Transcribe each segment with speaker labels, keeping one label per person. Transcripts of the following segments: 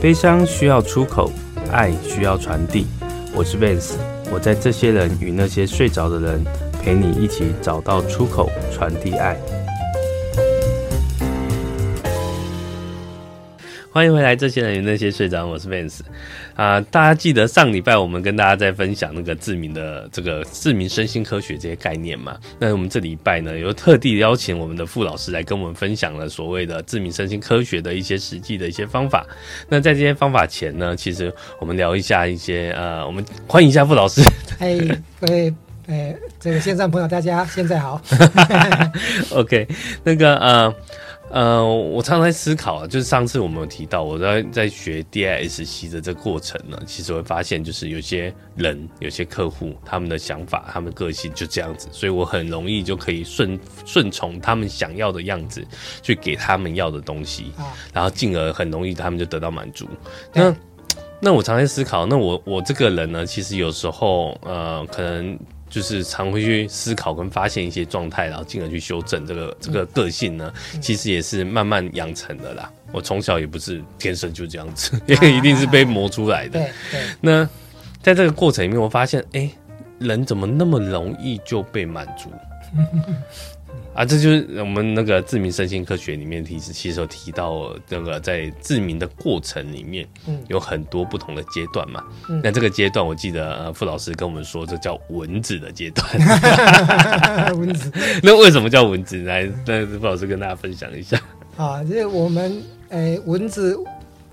Speaker 1: 悲伤需要出口，爱需要传递。我是 Vance，我在这些人与那些睡着的人，陪你一起找到出口，传递爱。欢迎回来，这些人与那些睡着，我是 Vance。啊、大家记得上礼拜我们跟大家在分享那个志明的这个志明身心科学这些概念嘛？那我们这礼拜呢，有特地邀请我们的傅老师来跟我们分享了所谓的志明身心科学的一些实际的一些方法。那在这些方法前呢，其实我们聊一下一些呃，我们欢迎一下傅老师。
Speaker 2: 哎，各位，哎，这个线上朋友，大家现在 好。
Speaker 1: OK，那个呃呃，我常常在思考啊，就是上次我们有提到，我在在学 DISC 的这个过程呢，其实我会发现，就是有些人、有些客户，他们的想法、他们的个性就这样子，所以我很容易就可以顺顺从他们想要的样子，去给他们要的东西，
Speaker 2: 啊
Speaker 1: 然后进而很容易他们就得到满足。
Speaker 2: 对
Speaker 1: 那那我常在思考，那我我这个人呢，其实有时候呃，可能就是常会去思考跟发现一些状态，然后进而去修正
Speaker 2: 嗯
Speaker 1: 这个这个个性呢，其实也是慢慢养成的啦。我从小也不是天生就这样
Speaker 2: 啊
Speaker 1: 子，因为一定是被磨出来的。
Speaker 2: 对对，
Speaker 1: 那在这个过程里面，我发现，哎、人怎么那么容易就被满 足？啊，这就是我们那个自明身心科学里面提，其实有提到那个在自明的过程里面，
Speaker 2: 嗯
Speaker 1: 有很多不同的阶段嘛。
Speaker 2: 嗯
Speaker 1: 那这个阶段，我记得呃傅老师跟我们说，这叫蚊子的 阶段。
Speaker 2: 蚊子
Speaker 1: 那为什么叫蚊子？来，那傅老师跟大家分享 一下。
Speaker 2: 啊，这个我们哎蚊子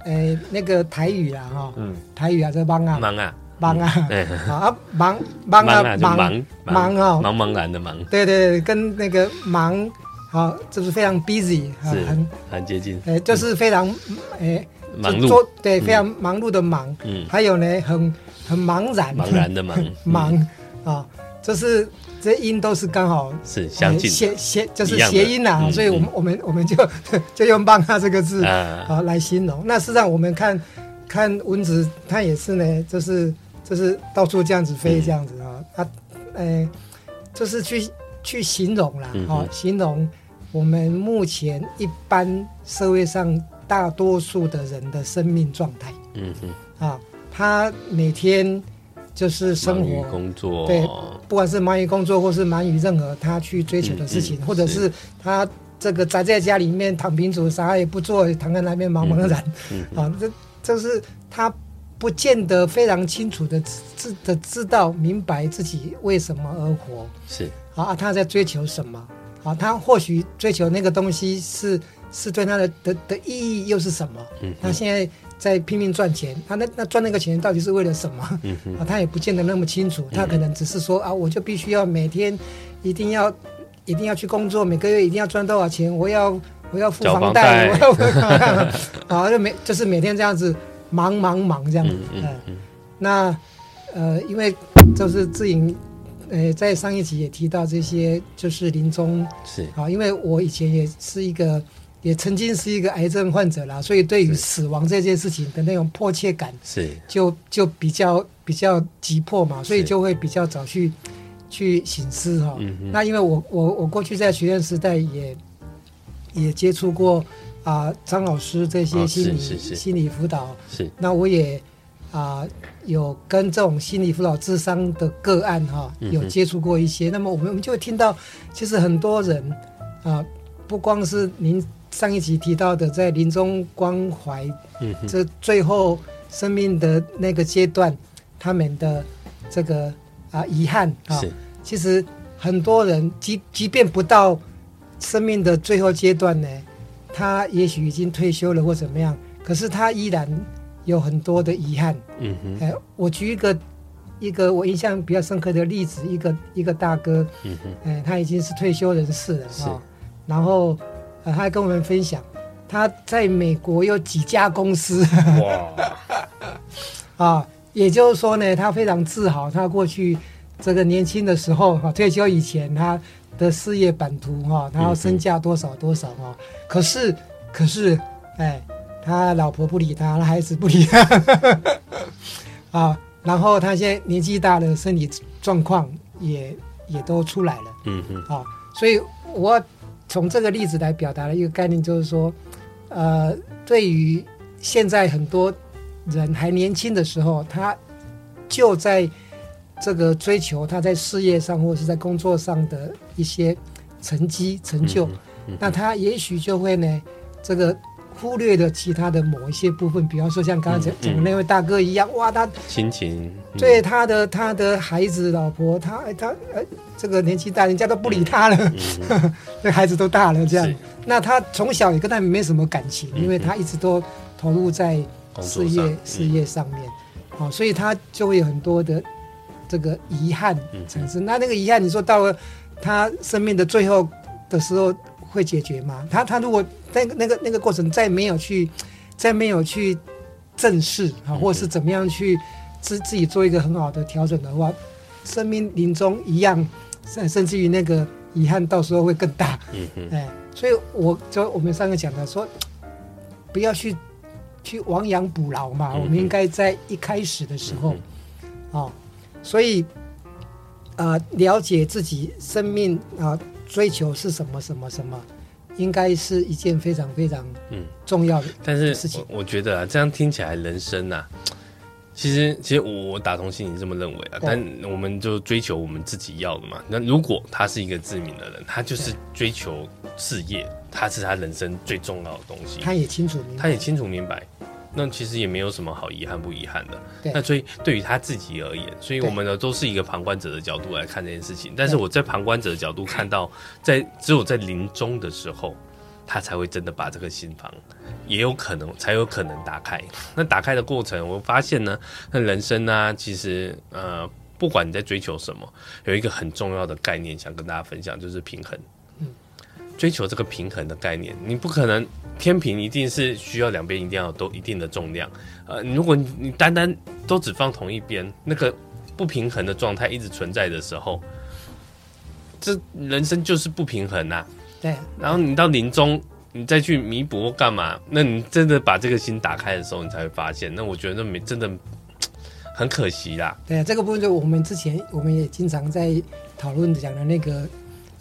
Speaker 2: 哎那个台语啦哈，
Speaker 1: 嗯，
Speaker 2: 台语啊，这个帮啊
Speaker 1: 忙啊，
Speaker 2: 帮啊
Speaker 1: 哎，
Speaker 2: 啊忙帮
Speaker 1: 忙
Speaker 2: 啊
Speaker 1: 啊，就
Speaker 2: 忙，
Speaker 1: 忙
Speaker 2: 忙哦
Speaker 1: 茫茫然的忙，
Speaker 2: 对对对，跟那个忙好，就是非常 busy 啊，
Speaker 1: 是
Speaker 2: 很
Speaker 1: 很接近
Speaker 2: 哎就是非常哎
Speaker 1: 忙
Speaker 2: 就
Speaker 1: 碌，
Speaker 2: 做对非常忙碌的忙，
Speaker 1: 嗯，
Speaker 2: 还有呢很很茫然
Speaker 1: 茫然 的忙，
Speaker 2: 忙啊，就是这音都是刚好
Speaker 1: 是相
Speaker 2: 呃
Speaker 1: 近
Speaker 2: 谐谐就是
Speaker 1: 一样的
Speaker 2: 谐音呐、
Speaker 1: 嗯
Speaker 2: 所以我们、我们我们就 就用“棒啊”这个字
Speaker 1: 的
Speaker 2: 啊、
Speaker 1: 啊，
Speaker 2: 好来形容。那事实上我们看看蚊子，它也是呢，就是就是到处这样子飞
Speaker 1: 嗯
Speaker 2: 这样子啊、它呃就是去去形容啦，
Speaker 1: 嗯哼
Speaker 2: 哦，形容我们目前一般社会上大多数的人的生命状态
Speaker 1: 嗯哼，
Speaker 2: 啊，他每天就是生
Speaker 1: 忙于
Speaker 2: 活
Speaker 1: 工作，
Speaker 2: 对不管是忙于工作，或是忙于任何他去追求的事情，
Speaker 1: 嗯嗯
Speaker 2: 或者是他这个宅在家里面躺平族，啥也不做，躺在那边茫茫然、
Speaker 1: 嗯
Speaker 2: 啊，这这是他不见得非常清楚的知的知道明白自己为什么而活
Speaker 1: 是，
Speaker 2: 啊，他在追求什么啊？他或许追求那个东西是是对他的的的意义又是什么？
Speaker 1: 嗯
Speaker 2: 他现在在拼命赚钱，他那那赚那个钱到底是为了什么？
Speaker 1: 嗯 哼，嗯
Speaker 2: 啊，他也不见得那么清楚，他可能只是说啊，我就必须要每天一定要一定要去工作，每个月一定要赚多少钱，我要我要付
Speaker 1: 缴房
Speaker 2: 房贷，
Speaker 1: 贷
Speaker 2: 我要付啊，就每就是每天这样子忙忙忙这样子
Speaker 1: 嗯，
Speaker 2: 呃
Speaker 1: 嗯嗯，
Speaker 2: 那呃，因为就是志颖，呃，在上一集也提到这些，就是临终
Speaker 1: 是，
Speaker 2: 啊，因为我以前也是一个。也曾经是一个癌症患者啦，所以对于死亡这件事情的那种迫切感，
Speaker 1: 是，
Speaker 2: 就就比较比较急迫嘛，所以
Speaker 1: 是
Speaker 2: 就会比较早去去醒思哈、
Speaker 1: 嗯哼
Speaker 2: 那因为我我我过去在学院时代也也接触过啊、张老师这
Speaker 1: 哦
Speaker 2: 些
Speaker 1: 是
Speaker 2: 心理、
Speaker 1: 是是
Speaker 2: 心理辅导，
Speaker 1: 是，
Speaker 2: 那我也啊、有跟这种心理辅导智商的个案哈、
Speaker 1: 嗯哼
Speaker 2: 有接触过一些。那么我们我们就会听到，其实很多人啊、不光是您上一集提到的在临终关怀
Speaker 1: 嗯哼，
Speaker 2: 这最后生命的那个阶段，他们的这个啊、遗憾啊、
Speaker 1: 是，
Speaker 2: 其实很多人即即便不到生命的最后阶段呢，他也许已经退休了或怎么样，可是他依然有很多的遗憾。
Speaker 1: 嗯哼，
Speaker 2: 哎、我举一个一个我印象比较深刻的例子，一个一个大哥，
Speaker 1: 嗯哼，
Speaker 2: 哎、他已经是退休人士了啊、
Speaker 1: 是
Speaker 2: 然后呃，他还跟我们分享。他在美国有几家公司，
Speaker 1: 哇，
Speaker 2: 啊，也就是说呢，他非常自豪，他过去这个年轻的时候哈、退休以前他的事业版图哈、他要身价多少多少哈、可是可是哎，他老婆不理他，他孩子不理他 啊，然后他现在年纪大了，身体状况也也都出来了。
Speaker 1: 嗯哼，
Speaker 2: 啊、所以我从这个例子来表达的一个概念就是说，呃，对于现在很多人还年轻的时候，他就在这个追求他在事业上或是在工作上的一些成绩成
Speaker 1: 嗯
Speaker 2: 就，那他也许就会呢，这个忽略了其他的某一些部分，比方说像刚才讲
Speaker 1: 嗯嗯
Speaker 2: 讲的那位大哥一样，哇，他
Speaker 1: 亲情，嗯
Speaker 2: 对他的他的孩子、老婆，他他呃，这个年纪大，人家都不理他了， 那孩子都大了这样
Speaker 1: 嗯是。
Speaker 2: 那他从小也跟他们没什么感情，
Speaker 1: 嗯
Speaker 2: 因为他一直都投入在
Speaker 1: 工作
Speaker 2: 事业
Speaker 1: 上嗯
Speaker 2: 事业上面，哦，所以他就会有很多的这个遗憾
Speaker 1: 嗯
Speaker 2: 产生。那那个遗憾，你说到了他生命的最后的时候会解决吗？他他如果那个那个那个过程再没有去再没有去正视啊，
Speaker 1: 嗯
Speaker 2: 或是怎么样去自自己做一个很好的调整的话，生命临终一样，甚甚至于那个遗憾到时候会更大。
Speaker 1: 嗯嗯
Speaker 2: 哎，所以我就我们上个讲的说，不要去去亡羊补牢嘛，
Speaker 1: 嗯
Speaker 2: 我们应该在一开始的时候
Speaker 1: 嗯，
Speaker 2: 哦，所以啊、呃了解自己生命啊、追求是什么什么什么，应该是一件非常非常
Speaker 1: 嗯
Speaker 2: 重要的。
Speaker 1: 但是
Speaker 2: 事情
Speaker 1: 我我觉得啊，这样听起来人生啊，其实其实我我打从心里这么认为啊，但我们就追求我们自己要的嘛。那如果他是一个自明的人，他就是追求事业，他是他人生最重要的东西，
Speaker 2: 他也清楚明白，
Speaker 1: 他也清楚明白。那其实也没有什么好遗憾不遗憾的。
Speaker 2: 对
Speaker 1: 那所以对于他自己而言，所以我们呢都是一个旁观者的角度来看这件事情。但是我在旁观者的角度看到，在只有在临终的时候，他才会真的把这个心房，也有可能才有可能打开。那打开的过程，我发现呢，那人生呢、其实呃，不管你在追求什么，有一个很重要的概念想跟大家分享，就是平衡。追求这个平衡的概念，你不可能天平一定是需要两边一定要有都一定的重量。呃，如果你你单单都只放同一边，那个不平衡的状态一直存在的时候，这人生就是不平衡呐、
Speaker 2: 对
Speaker 1: 然后你到临终，你再去弥补或干嘛？那你真的把这个心打开的时候，你才会发现。那我觉得没真的很可惜啦。
Speaker 2: 对，这个部分就我们之前我们也经常在讨论讲的那个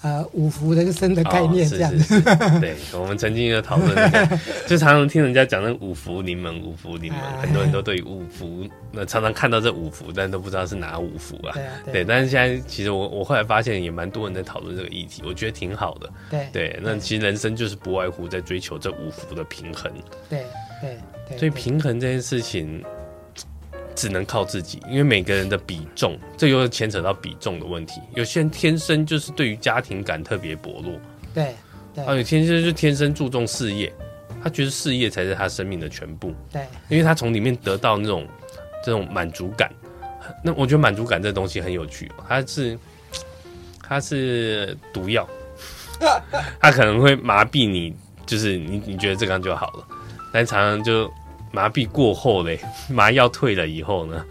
Speaker 2: 呃五福人生的概念
Speaker 1: 哦
Speaker 2: 这样子。
Speaker 1: 是是是对，我们曾经有讨论 那个，就常常听人家讲那五福临门，五福临门，
Speaker 2: 哎
Speaker 1: 很多人都对五福，那常常看到这五福，但都不知道是哪五福啊
Speaker 2: 对。啊，
Speaker 1: 对，
Speaker 2: 对
Speaker 1: 但是现在其实我我后来发现也蛮多人在讨论这个议题，我觉得挺好的。
Speaker 2: 对
Speaker 1: 对，那其实人生就是不外乎在追求这五福的平衡，
Speaker 2: 对对对，
Speaker 1: 所
Speaker 2: 对
Speaker 1: 以平衡这件事情只能靠自己，因为每个人的比重，这又牵扯到比重的问题。有些人天生就是对于家庭感特别薄弱，
Speaker 2: 对对
Speaker 1: 啊，有天生就天生注重事业，他觉得事业才是他生命的全部，
Speaker 2: 对
Speaker 1: 因为他从里面得到那种这种满足感。那我觉得满足感这东西很有趣哦，它是它是毒药，它可能会麻痹你，就是你你觉得这样就好了，但常常就麻痹过后嘞，麻药退了以后呢，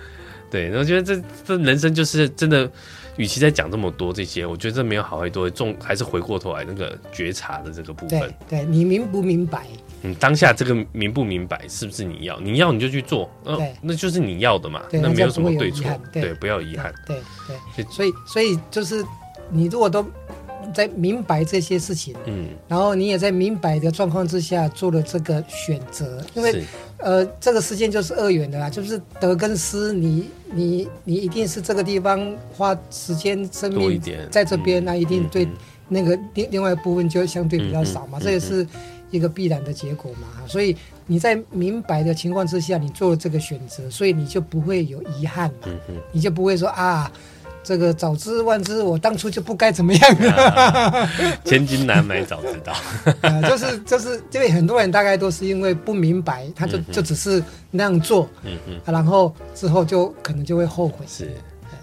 Speaker 1: 对，那我觉得这这人生就是真的，与其在讲这么多这些，我觉得这没有好太多，重还是回过头来那个觉察的这个部分
Speaker 2: 对。对，你明不明白？
Speaker 1: 你嗯当下这个明不明白，是不是你要？你要你就去做，呃
Speaker 2: 对，
Speaker 1: 那就是你要的嘛，
Speaker 2: 对
Speaker 1: 那
Speaker 2: 那
Speaker 1: 没
Speaker 2: 这样
Speaker 1: 什
Speaker 2: 不
Speaker 1: 么
Speaker 2: 会有
Speaker 1: 对
Speaker 2: 遗
Speaker 1: 错
Speaker 2: 憾，对
Speaker 1: 对，不要遗憾，
Speaker 2: 啊对对
Speaker 1: 是，
Speaker 2: 所以所以就是你如果都在明白这些事情，
Speaker 1: 嗯，
Speaker 2: 然后你也在明白的状况之下做了这个选择，因为
Speaker 1: 是
Speaker 2: 呃，这个时间就是二元的啦，就是得跟失，你你你一定是这个地方花时间生
Speaker 1: 多一
Speaker 2: 命
Speaker 1: 点，
Speaker 2: 在这边，啊那一定
Speaker 1: 嗯
Speaker 2: 对
Speaker 1: 嗯
Speaker 2: 那个另另外部分就相对比较少嘛，
Speaker 1: 嗯嗯
Speaker 2: 这也是一个必然的结果嘛。所以你在明白的情况之下，你做了这个选择，所以你就不会有遗憾嘛，
Speaker 1: 嗯嗯
Speaker 2: 你就不会说啊，这个早知万知，我当初就不该怎么样了。
Speaker 1: 啊千金难买早知道，
Speaker 2: 呃，就是就是，因为很多人大概都是因为不明白，他就、就只是那样做，
Speaker 1: 嗯嗯，
Speaker 2: 啊然后之后就可能就会后悔。
Speaker 1: 是。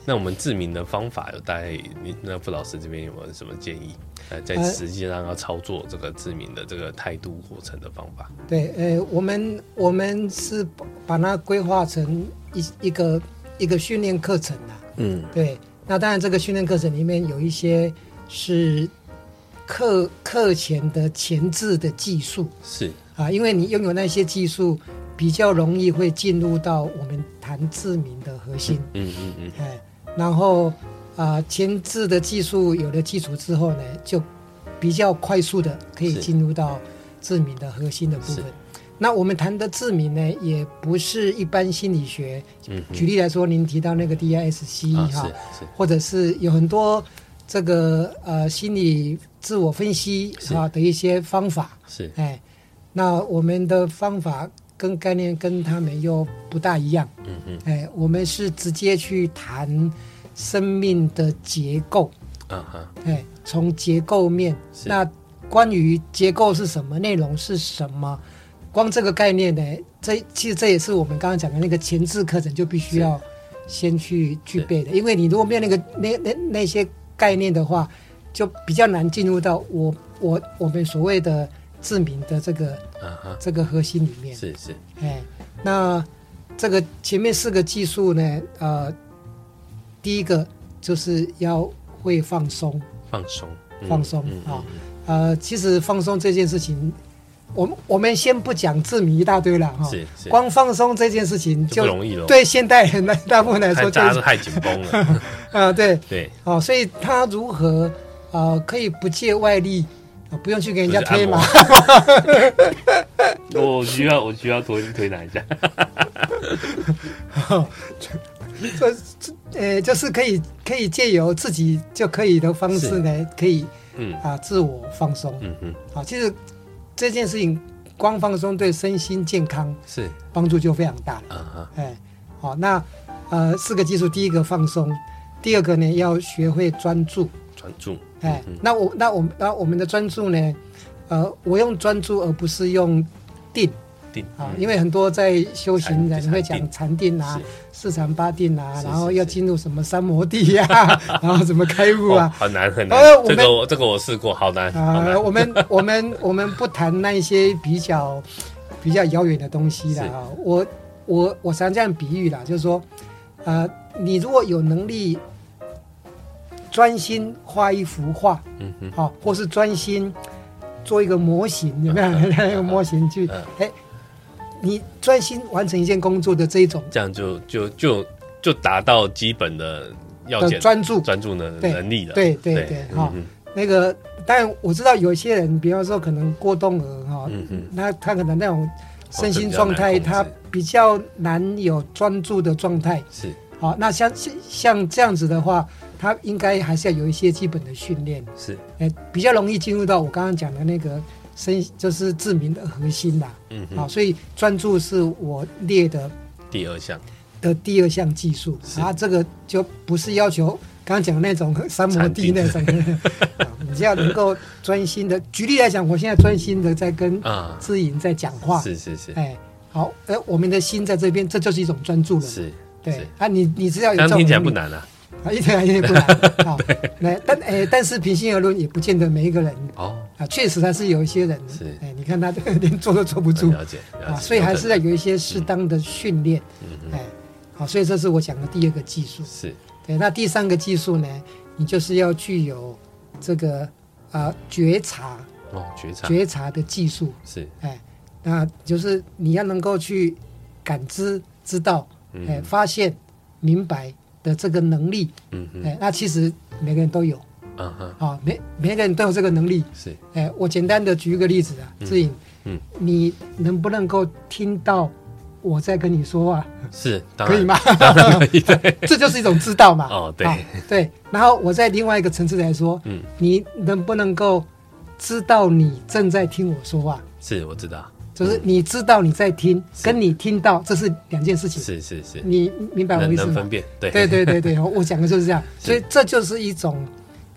Speaker 1: 那我们治明的方法有大概，你那傅老师这边有没有什么建议？呃，在
Speaker 2: 呃
Speaker 1: 实际上要操作这个治明的这个态度过程的方法，
Speaker 2: 对，呃，我们我们是把把它规划成一一个一个训练课程啦、
Speaker 1: 嗯
Speaker 2: 对，那当然这个训练课程里面有一些是课课前的前置的技术
Speaker 1: 是，
Speaker 2: 啊，因为你拥有那些技术，比较容易会进入到我们谈自明的核心。
Speaker 1: 嗯嗯嗯，
Speaker 2: 哎，然后啊、呃前置的技术有了基础之后呢，就比较快速的可以
Speaker 1: 是
Speaker 2: 进入到自敏的核心的部
Speaker 1: 是
Speaker 2: 分。那我们谈的自明呢，也不是一般心理学。举例来说，您提到那个 DISC
Speaker 1: 嗯啊，
Speaker 2: 哈、
Speaker 1: 是是，
Speaker 2: 或者是有很多这个呃心理自我分析
Speaker 1: 是
Speaker 2: 啊的一些方法，
Speaker 1: 是
Speaker 2: 哎，那我们的方法跟概念跟他们又不大一样，
Speaker 1: 嗯嗯
Speaker 2: 哎，我们是直接去谈生命的结构，
Speaker 1: 啊哈，
Speaker 2: 哎，从结构面，
Speaker 1: 是
Speaker 2: 那关于结构是什么，内容是什么？光这个概念呢，这其实这也是我们刚刚讲的那个前置课程就必须要先去具备的，因为你如果没有那个那那那些概念的话，就比较难进入到我我我们所谓的自明的这个
Speaker 1: 啊哈，
Speaker 2: 这个核心里面。
Speaker 1: 是是
Speaker 2: 哎，那这个前面四个技术呢，呃，第一个就是要会放松，
Speaker 1: 放松，嗯
Speaker 2: 放松
Speaker 1: 嗯
Speaker 2: 啊
Speaker 1: 嗯嗯
Speaker 2: 呃，其实放松这件事情，我们我们先不讲字谜一大堆了哈，
Speaker 1: 是是，
Speaker 2: 啊光放松这件事情
Speaker 1: 就
Speaker 2: 就
Speaker 1: 不容易了，
Speaker 2: 对现代人来大部分来
Speaker 1: 太，
Speaker 2: 说就
Speaker 1: 大家都
Speaker 2: 是
Speaker 1: 太紧绷 了，
Speaker 2: 啊对
Speaker 1: 对，
Speaker 2: 哦，所以他如何呃可以不借外力，呃不用去给人家
Speaker 1: 就是按
Speaker 2: 推
Speaker 1: 摩
Speaker 2: 嘛，
Speaker 1: 我需要我需要推推拿一下，
Speaker 2: 这这呃就是可以可以借由自己就可以的方式呢，可以
Speaker 1: 嗯
Speaker 2: 啊自我放松
Speaker 1: 嗯嗯，
Speaker 2: 啊，其实这件事情光放松对身心健康
Speaker 1: 是
Speaker 2: 帮助就非常大了。
Speaker 1: 啊哈，
Speaker 2: 哎，好，那呃四个技术，第一个放松，第二个呢要学会专注。
Speaker 1: 专注，
Speaker 2: 哎，
Speaker 1: 嗯
Speaker 2: 那我那我那我们的专注呢，呃，我用专注而不是用定
Speaker 1: 定
Speaker 2: 啊，
Speaker 1: 嗯
Speaker 2: 因为很多在修行
Speaker 1: 禅
Speaker 2: 人会讲禅定啊
Speaker 1: 是、
Speaker 2: 四禅八定啊
Speaker 1: 是，
Speaker 2: 然
Speaker 1: 是
Speaker 2: 后
Speaker 1: 是
Speaker 2: 要进入什么三摩地呀、 然后怎么开悟
Speaker 1: 哦
Speaker 2: 啊。
Speaker 1: 好难很难
Speaker 2: 呃我，
Speaker 1: 这
Speaker 2: 们
Speaker 1: 个我这个我试过，好难，好
Speaker 2: 啊，
Speaker 1: 难，
Speaker 2: 我们我们我们不谈那一些比较比较遥远的东西啦
Speaker 1: 是
Speaker 2: 啊。我我我常这样比喻啦，就是说，呃，你如果有能力专心画一幅画，
Speaker 1: 嗯嗯
Speaker 2: 啊，或是专心做一个模型，有没有 那个模型去
Speaker 1: 嗯？
Speaker 2: 哎，你专心完成一件工作的这一种
Speaker 1: 这样就就就就达到基本的要
Speaker 2: 的
Speaker 1: 件
Speaker 2: 呃专注，
Speaker 1: 专注的
Speaker 2: 对
Speaker 1: 能力了，
Speaker 2: 对对对，哈。
Speaker 1: 嗯
Speaker 2: 那个，当然我知道有些人，比方说可能过动儿哈，
Speaker 1: 嗯嗯
Speaker 2: 那他可能那种身心
Speaker 1: 哦这比较
Speaker 2: 状
Speaker 1: 难
Speaker 2: 态，
Speaker 1: 控制
Speaker 2: 他比较难有专注的状态。
Speaker 1: 是
Speaker 2: 好，那像像像这样子的话，他应该还是要有一些基本的训练，
Speaker 1: 是，
Speaker 2: 哎，比较容易进入到我刚刚讲的那个身，就是自明的核心啦。
Speaker 1: 嗯
Speaker 2: 好，
Speaker 1: 哼，
Speaker 2: 所以专注是我列的
Speaker 1: 第二项
Speaker 2: 的第二项技术
Speaker 1: 是
Speaker 2: 啊，这个就不是要求刚刚讲的那种三摩地那种， 啊你只要能够专心的。举例来讲，我现在专心的在跟
Speaker 1: 啊，
Speaker 2: 知影在讲话，
Speaker 1: 是是是
Speaker 2: 哎，好，哎，我们的心在这边，这就是一种专注了。
Speaker 1: 是，
Speaker 2: 对
Speaker 1: 是
Speaker 2: 啊，你你只要有这
Speaker 1: 这样
Speaker 2: 种
Speaker 1: 听起来
Speaker 2: 能力
Speaker 1: 不难啊，
Speaker 2: 啊，一点一点不 难。好，那但哎，但是平心而论，也不见得每一个人
Speaker 1: 哦，
Speaker 2: 啊，确实还是有一些人
Speaker 1: 是，
Speaker 2: 哎，你看他连坐都坐不住，
Speaker 1: 了解了
Speaker 2: 啊，
Speaker 1: 解，
Speaker 2: 所以还是要
Speaker 1: 有
Speaker 2: 有一些适当的训练，
Speaker 1: 可能，嗯哼，
Speaker 2: 哎，好，所以这是我讲的第二个技术。
Speaker 1: 是
Speaker 2: 对，那第三个技术呢，你就是要具有这个啊、呃觉察
Speaker 1: 哦，觉察
Speaker 2: 觉察的技术，
Speaker 1: 是，
Speaker 2: 哎，那就是你要能够去感知、知道、哎，
Speaker 1: 嗯
Speaker 2: 发现、明白的这个能力，
Speaker 1: 嗯哼，
Speaker 2: 哎，那其实每个人都有
Speaker 1: 啊哈，
Speaker 2: 啊，每每个人都有这个能力。
Speaker 1: 是
Speaker 2: 哎，我简单的举一个例子啊，志颖，
Speaker 1: 嗯
Speaker 2: 你能不能够听到我在跟你说话？
Speaker 1: 是，当
Speaker 2: 可以
Speaker 1: 然
Speaker 2: 吗？
Speaker 1: 当然可以， 对，
Speaker 2: 这就是一种知道嘛。
Speaker 1: 哦对
Speaker 2: 啊对。然后我在另外一个层次来说，
Speaker 1: 嗯，
Speaker 2: 你能不能够知道你正在听我说话？
Speaker 1: 是我知道，
Speaker 2: 就是你知道你在听，
Speaker 1: 是
Speaker 2: 跟你听到这是两件事情。
Speaker 1: 是是 是，
Speaker 2: 你明白我
Speaker 1: 能
Speaker 2: 意思
Speaker 1: 能
Speaker 2: 吗
Speaker 1: 分？辨，对
Speaker 2: 对。对对对，我讲的就是这样。
Speaker 1: 是
Speaker 2: 所以这就是一种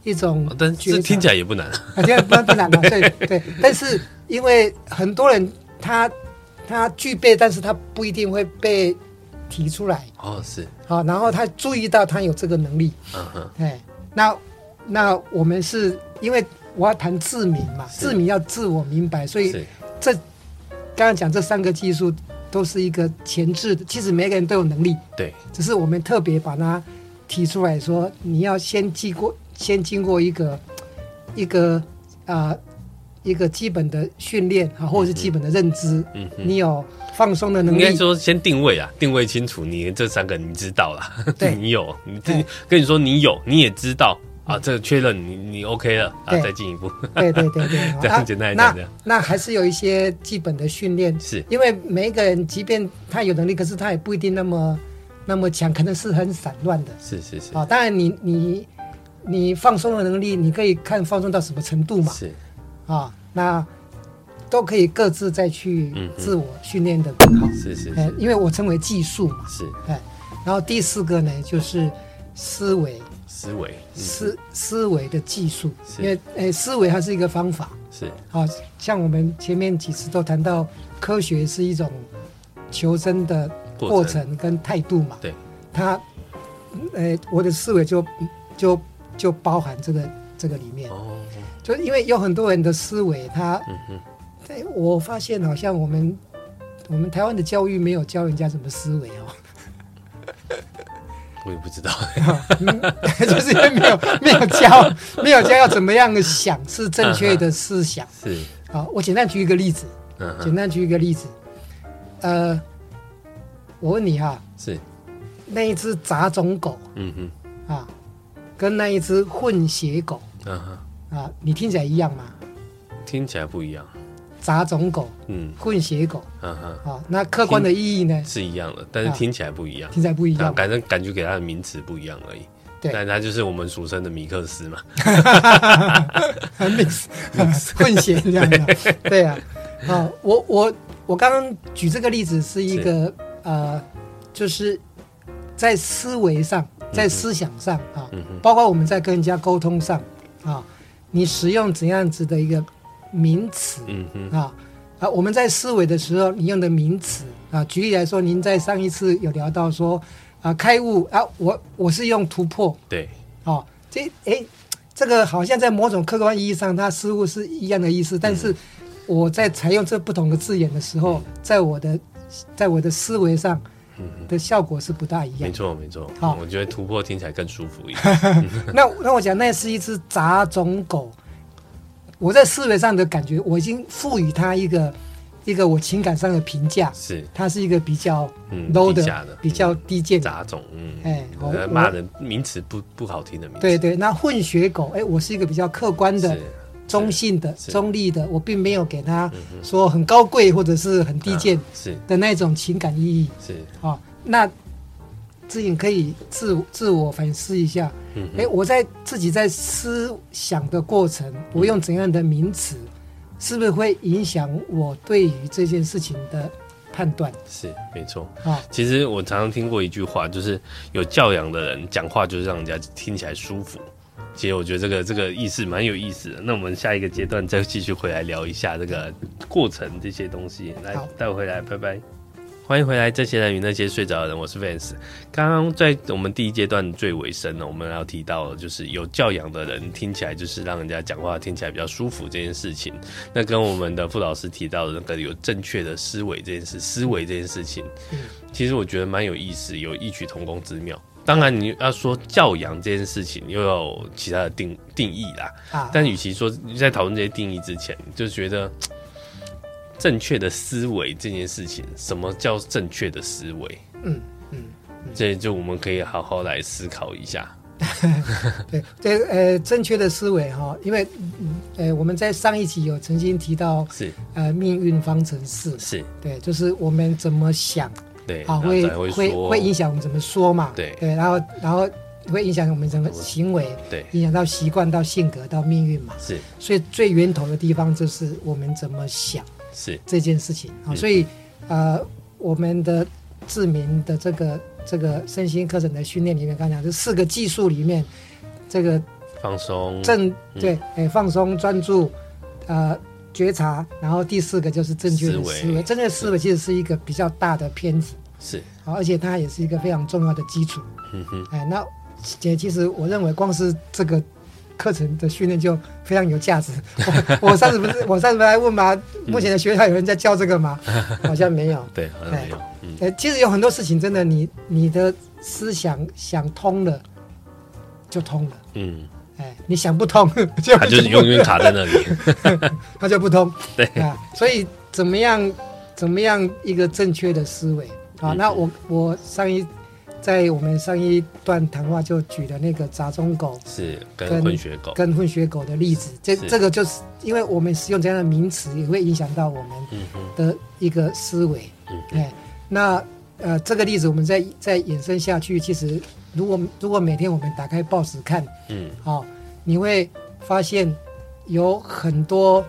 Speaker 2: 一种
Speaker 1: 哦 但
Speaker 2: 觉
Speaker 1: 这
Speaker 2: 察，
Speaker 1: 听起来也不难，
Speaker 2: 啊，这样不不难了。对对，但是因为很多人他他具备，但是他不一定会被提出来。
Speaker 1: 哦，是，
Speaker 2: 好，然后他注意到他有这个能力，
Speaker 1: 嗯哼，
Speaker 2: 哎，那那我们是因为我要谈自明嘛，
Speaker 1: 是
Speaker 2: 自明要自我明白，所以
Speaker 1: 是，
Speaker 2: 这刚刚讲这三个技术都是一个前置的，其实每个人都有能力，
Speaker 1: 对，
Speaker 2: 只是我们特别把它提出来说，你要先经过先经过一个一个啊、一个基本的训练啊，或者是基本的认知，
Speaker 1: 嗯哼，
Speaker 2: 你有放松的能
Speaker 1: 应
Speaker 2: 力
Speaker 1: 该，说先定位啊，定位清楚，你这三个你知道啦，
Speaker 2: 对
Speaker 1: 你有，你自
Speaker 2: 对嗯
Speaker 1: 跟你说你有，你也知道，啊，这个确认你你 OK 了啊，
Speaker 2: 对
Speaker 1: 再进一步
Speaker 2: 对对对对，啊
Speaker 1: 这样简单来讲
Speaker 2: 那
Speaker 1: 这样
Speaker 2: 那还是有一些基本的训练，
Speaker 1: 是
Speaker 2: 因为每一个人，即便他有能力，可是他也不一定那么那么强，可能是很散乱的
Speaker 1: 是是是
Speaker 2: 啊。当然你，你你放松的能力，你可以看放松到什么程度嘛
Speaker 1: 是
Speaker 2: 啊，那都可以各自再去
Speaker 1: 嗯哼
Speaker 2: 自我训练的更好。
Speaker 1: 是是
Speaker 2: 哎
Speaker 1: 是，
Speaker 2: 因为我称为技术嘛，
Speaker 1: 是
Speaker 2: 哎，然后第四个呢就是思维，
Speaker 1: 思维嗯
Speaker 2: 思思维的技术，
Speaker 1: 是
Speaker 2: 因为哎思维它是一个方法。
Speaker 1: 是
Speaker 2: 啊，像我们前面几次都谈到，科学是一种求真的过
Speaker 1: 过程
Speaker 2: 程跟态度嘛。
Speaker 1: 对，
Speaker 2: 它，呃，我的思维就就就包含这个这个里面，
Speaker 1: 哦，
Speaker 2: 就因为有很多人的思维，他，
Speaker 1: 嗯哼，
Speaker 2: 哎我发现好像我们我们台湾的教育没有教人家什么思维哦，
Speaker 1: 我也不知道，
Speaker 2: 就是因为没有没有教没有教要怎么样想是正确的思想
Speaker 1: 是
Speaker 2: 啊。我简单举一个例子，
Speaker 1: 嗯
Speaker 2: 简
Speaker 1: 哼
Speaker 2: 单举一个例子，呃，我问你哈、
Speaker 1: 是
Speaker 2: 那一只杂种狗
Speaker 1: 嗯哼
Speaker 2: 啊，跟那一只混血狗
Speaker 1: 嗯哼，
Speaker 2: 啊，你听起来一样吗？
Speaker 1: 听起来不一样，
Speaker 2: 杂种狗、
Speaker 1: 嗯
Speaker 2: 混血狗
Speaker 1: 嗯哼，
Speaker 2: 啊，那客观的意义呢，
Speaker 1: 是一样的，但是
Speaker 2: 啊
Speaker 1: 听起来不一样。
Speaker 2: 听起来不一
Speaker 1: 啊，
Speaker 2: 样。
Speaker 1: 反正感觉给它的名词不一样而已。
Speaker 2: 对
Speaker 1: 但它就是我们俗称的米克斯嘛。
Speaker 2: 很 mix 混血这样的，对啊，啊，我我我刚刚举这个例子是一个呃，就是在思维上，在思想上啊，包括我们在跟人家沟通上啊，你使用怎样子的一个名词
Speaker 1: 嗯哼，
Speaker 2: 啊啊，我们在思维的时候，你用的名词啊，举例来说，您在上一次有聊到说啊，开悟啊，我我是用突破，
Speaker 1: 对，
Speaker 2: 哦，这诶，这个好像在某种客观意义上，它似乎是一样的意思，但
Speaker 1: 嗯
Speaker 2: 是我在采用这不同的字眼的时候，在我的在我的思维上的效果是不大一
Speaker 1: 嗯没
Speaker 2: 样。
Speaker 1: 错没错。
Speaker 2: 好
Speaker 1: 我觉得突破听起来更舒服一点。
Speaker 2: 那那我讲，那是一只杂种狗，我在思维上的感觉，我已经赋予它一个一个我情感上的评价，
Speaker 1: 是
Speaker 2: 它是一个比较
Speaker 1: 嗯
Speaker 2: low 的
Speaker 1: 低下的嗯
Speaker 2: 比较低贱的。
Speaker 1: 杂种，嗯，
Speaker 2: 哎我
Speaker 1: 呃
Speaker 2: 我
Speaker 1: 骂人名词不不好听的名词。
Speaker 2: 对对，那混血狗，哎，我是一个比较客观的
Speaker 1: 是，，啊
Speaker 2: 中性的、
Speaker 1: 是嗯
Speaker 2: 中立的，我并没有给他说很高贵或者是很低贱
Speaker 1: 啊是
Speaker 2: 的那种情感意义
Speaker 1: 是，
Speaker 2: 啊、那自己可以自自我反思一下，
Speaker 1: 嗯
Speaker 2: 哎、我在自己在思想的过程，
Speaker 1: 嗯
Speaker 2: 我用怎样的名词，是不是会影响我对于这件事情的判断
Speaker 1: 是没错。
Speaker 2: 啊？
Speaker 1: 其实我常常听过一句话，就是有教养的人讲话就是让人家听起来舒服。其实我觉得这个这个意思蛮有意思的。那我们下一个阶段再继续回来聊一下这个过程这些东西。来
Speaker 2: 好，
Speaker 1: 带回来，拜拜。欢迎回来，这些人与那些睡着的人，我是 Vance。刚刚在我们第一阶段最尾声呢，我们要提到的就是有教养的人听起来就是让人家讲话听起来比较舒服这件事情。那跟我们的傅老师提到的那个有正确的思维这件事，思维这件事情，其实我觉得蛮有意思，有异曲同工之妙。当然，你要说教养这件事情，又有其他的定定义啦。
Speaker 2: 啊，
Speaker 1: 但与其说在讨论这些定义之前，就觉得正确的思维这件事情，什么叫正确的思维？
Speaker 2: 嗯嗯，
Speaker 1: 这就我们可以好好来思考一下。
Speaker 2: 对对，呃，正确的思维哈、因为嗯呃，我们在上一集有曾经提到
Speaker 1: 是
Speaker 2: 呃命运方程式。
Speaker 1: 是，
Speaker 2: 对，就是我们怎么想
Speaker 1: 对，
Speaker 2: 啊，
Speaker 1: 然后
Speaker 2: 会
Speaker 1: 才
Speaker 2: 会
Speaker 1: 说
Speaker 2: 会影响我们怎么说嘛？
Speaker 1: 对
Speaker 2: 对，然后然后会影响我们怎么行为，
Speaker 1: 对
Speaker 2: 影响到习惯、到性格、到命运嘛。
Speaker 1: 是
Speaker 2: 所以最源头的地方就是我们怎么想
Speaker 1: 是
Speaker 2: 这件事情
Speaker 1: 嗯
Speaker 2: 啊。所以呃，我们的志明的这个这个身心课程的训练里面，刚才讲这四个技术里面，这个
Speaker 1: 放松，
Speaker 2: 正
Speaker 1: 嗯
Speaker 2: 对，哎，放松、专注，呃，觉察，然后第四个就是正确的
Speaker 1: 思维
Speaker 2: 思维。正确的思维其实是一个比较大的篇幅，
Speaker 1: 是
Speaker 2: 好，而且它也是一个非常重要的基础。
Speaker 1: 嗯哼，
Speaker 2: 哎，那姐，其实我认为光是这个课程的训练就非常有价值。我我上次不是我上次不是还问嘛，
Speaker 1: 嗯
Speaker 2: 目前的学校有人在教这个吗？好像没有。
Speaker 1: 对，好像没有， 嗯，
Speaker 2: 呃，其实有很多事情真的你，你的思想想通了，就通了。
Speaker 1: 嗯，
Speaker 2: 哎，你想不通 就
Speaker 1: 他就是永远卡在那里，
Speaker 2: 它就不通。
Speaker 1: 对
Speaker 2: 啊，所以怎么样，怎么样一个正确的思维啊？那我我上一在我们上一段谈话就举的那个杂种狗
Speaker 1: 是跟
Speaker 2: 跟
Speaker 1: 混血狗，
Speaker 2: 跟混血狗的例子，这
Speaker 1: 是
Speaker 2: 这个就是因为我们使用这样的名词，也会影响到我们
Speaker 1: 嗯哼，
Speaker 2: 的一个思维。
Speaker 1: 嗯哼，
Speaker 2: 哎，那呃，这个例子我们再再延伸下去，其实如果如果每天我们打开报纸看，
Speaker 1: 嗯，
Speaker 2: 哦，你会发现有很多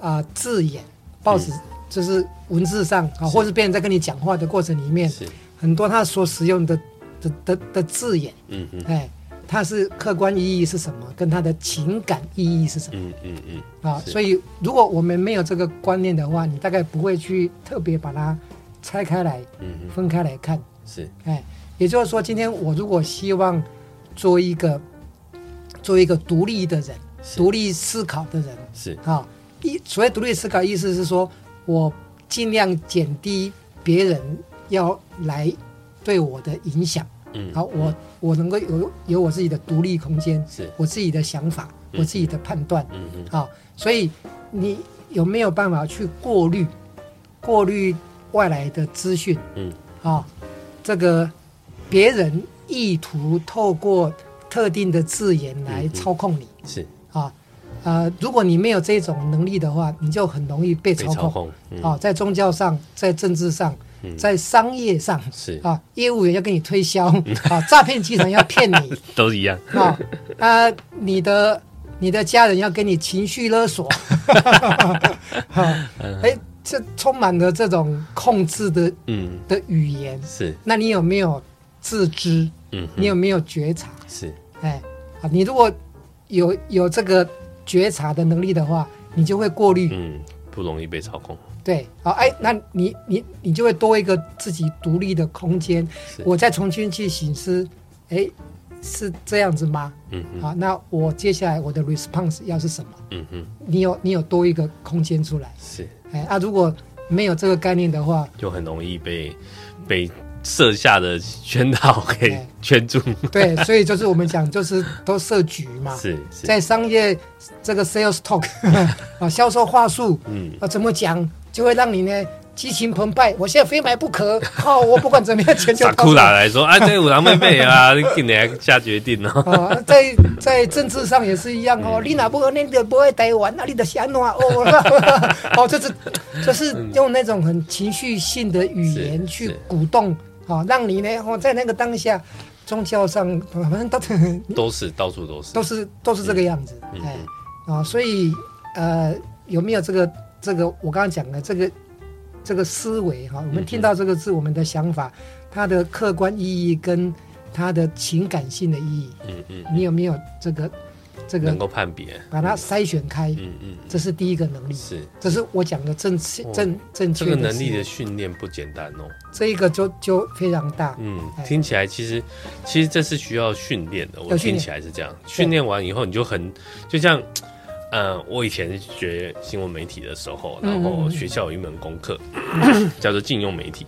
Speaker 2: 啊、字眼，报
Speaker 1: 嗯
Speaker 2: 纸就是文字上啊、或是别人在跟你讲话的过程里面，
Speaker 1: 是，
Speaker 2: 很多他所使用的的的的字眼，
Speaker 1: 嗯哼，
Speaker 2: 哎，它是客观意义是什么，跟它的情感意义是什么。
Speaker 1: 嗯嗯嗯，
Speaker 2: 啊，
Speaker 1: 是
Speaker 2: 所以如果我们没有这个观念的话，你大概不会去特别把它拆开来、
Speaker 1: 嗯哼，
Speaker 2: 分开来看。
Speaker 1: 是，
Speaker 2: 哎，也就是说，今天我如果希望做一个做一个独立的人、
Speaker 1: 是
Speaker 2: 独立思考的人
Speaker 1: 是，
Speaker 2: 啊，一所谓独立思考，意思是说我尽量减低别人要来对我的影响。
Speaker 1: 嗯，
Speaker 2: 好，我我能够有有我自己的独立空间，
Speaker 1: 是
Speaker 2: 我自己的想法，我自己的判断。
Speaker 1: 嗯哼，
Speaker 2: 好，啊所以你有没有办法去过滤、过滤外来的资讯？
Speaker 1: 嗯，
Speaker 2: 啊，这个别人意图透过特定的字眼来
Speaker 1: 嗯嗯嗯
Speaker 2: 操控你
Speaker 1: 是
Speaker 2: 啊。呃，如果你没有这种能力的话，你就很容易被
Speaker 1: 被
Speaker 2: 操
Speaker 1: 操
Speaker 2: 控。
Speaker 1: 控，嗯，
Speaker 2: 啊，在宗教上，在政治上，在商业上，
Speaker 1: 是，
Speaker 2: 啊，业务员要跟你推 销，啊，诈骗集团要骗你，
Speaker 1: 都一 样，
Speaker 2: 啊、啊，你的你的家人要跟你情绪勒 索，哈，哎，这充满了这种控制的
Speaker 1: 嗯，
Speaker 2: 的语言，
Speaker 1: 是，
Speaker 2: 那你有没有自知？
Speaker 1: 嗯哼，
Speaker 2: 你有没有觉察？
Speaker 1: 是，
Speaker 2: 哎，啊，你如果有有这个觉察的能力的话，你就会过滤，
Speaker 1: 嗯，不容易被操控，
Speaker 2: 对，好、哎，那你你你就会多一个自己独立的空间
Speaker 1: 是，
Speaker 2: 我再重新去醒思，哎，是这样子吗？
Speaker 1: 嗯哼，
Speaker 2: 好，那我接下来我的 response 要是什么？
Speaker 1: 嗯哼，
Speaker 2: 你有你有多一个空间出来，
Speaker 1: 是，
Speaker 2: 哎啊，如果没有这个概念的 话，
Speaker 1: 就很容易被被设下的圈套给
Speaker 2: 哎
Speaker 1: 圈住，
Speaker 2: 对，所以就是我们讲就是都设局嘛，
Speaker 1: 是是，
Speaker 2: 在商业这个 sales talk 啊，销售话术
Speaker 1: 嗯，
Speaker 2: 啊，怎么讲就会让你呢激情澎湃，我现在非买不可，好、我不管怎么样，钱就
Speaker 1: 傻
Speaker 2: 掏
Speaker 1: 库
Speaker 2: 出
Speaker 1: 拉
Speaker 2: 来。
Speaker 1: 来说，啊，对，五郎妹妹啊，你今年下决定哦，
Speaker 2: 啊，在在政治上也是一样
Speaker 1: 嗯
Speaker 2: 哦，你哪不你的不会台湾，那你的想哪 哦，哦，就是就是用那种很情绪性的语言
Speaker 1: 嗯是
Speaker 2: 去
Speaker 1: 是
Speaker 2: 鼓动，啊，让你呢，哦，在那个当下，宗教上反正都
Speaker 1: 都是到处都是
Speaker 2: 都，是都是这个样子，
Speaker 1: 嗯
Speaker 2: 哎，啊，所以呃，有没有这个这个我刚刚讲的这个这个思维哈、我
Speaker 1: 嗯
Speaker 2: 们听到这个字，我们的想法，它的客观意义跟它的情感性的意义。
Speaker 1: 嗯嗯，
Speaker 2: 你有没有这个这个
Speaker 1: 能够判别，
Speaker 2: 把它筛选开？
Speaker 1: 嗯嗯，
Speaker 2: 这是第一个能力，
Speaker 1: 是
Speaker 2: 这是我讲的正确
Speaker 1: 哦
Speaker 2: 正正
Speaker 1: 这
Speaker 2: 确
Speaker 1: 个
Speaker 2: 的
Speaker 1: 能
Speaker 2: 思
Speaker 1: 力的
Speaker 2: 维
Speaker 1: 训练不简单哦。
Speaker 2: 这一个就就非常大。
Speaker 1: 嗯，
Speaker 2: 哎
Speaker 1: 听起来其实其实这是需要训练的，我
Speaker 2: 要训
Speaker 1: 听
Speaker 2: 练
Speaker 1: 起来是这样。训练完以后，你就很就像，呃，我以前学新闻媒体的时候，
Speaker 2: 嗯
Speaker 1: 然后学校有一门功课、 叫做禁用媒体，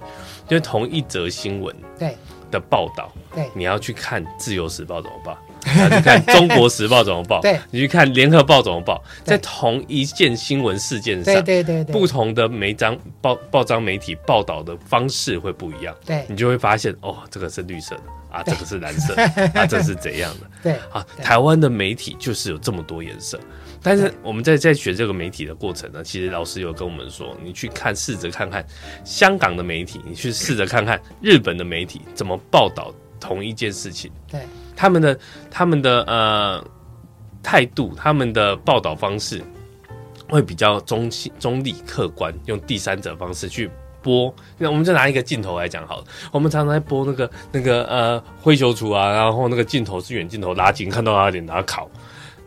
Speaker 1: 就是同一则新闻
Speaker 2: 对
Speaker 1: 的报道，
Speaker 2: 对
Speaker 1: 你要去看《自由时报》怎么报，你要去看《中国时报》怎么报，
Speaker 2: 对
Speaker 1: 你去看《联合报》怎么报，在
Speaker 2: 对
Speaker 1: 同一件新闻事件
Speaker 2: 对
Speaker 1: 上，
Speaker 2: 对对对，
Speaker 1: 不同的每张报报章媒体报道的方式会不一样。
Speaker 2: 对
Speaker 1: 你就会发现哦，这个是绿色的 啊，这
Speaker 2: 对
Speaker 1: 个是蓝色的啊，这是怎样 的
Speaker 2: 对
Speaker 1: 啊？
Speaker 2: 对
Speaker 1: 台湾的媒体就是有这么多颜色，但是我们在在学这个媒体的过程呢，其实老师有跟我们说，你去看试着看看香港的媒体，你去试着看看日本的媒体怎么报道同一件事情，
Speaker 2: 对
Speaker 1: 他们的他们的呃态度，他们的报道方式会比较中性、中立、客观，用第三者方式去播。那我们就拿一个镜头来讲好了，我们常常在播那个那个呃灰球厨啊，然后那个镜头是远镜头拉近，看到他的脸，然后烤。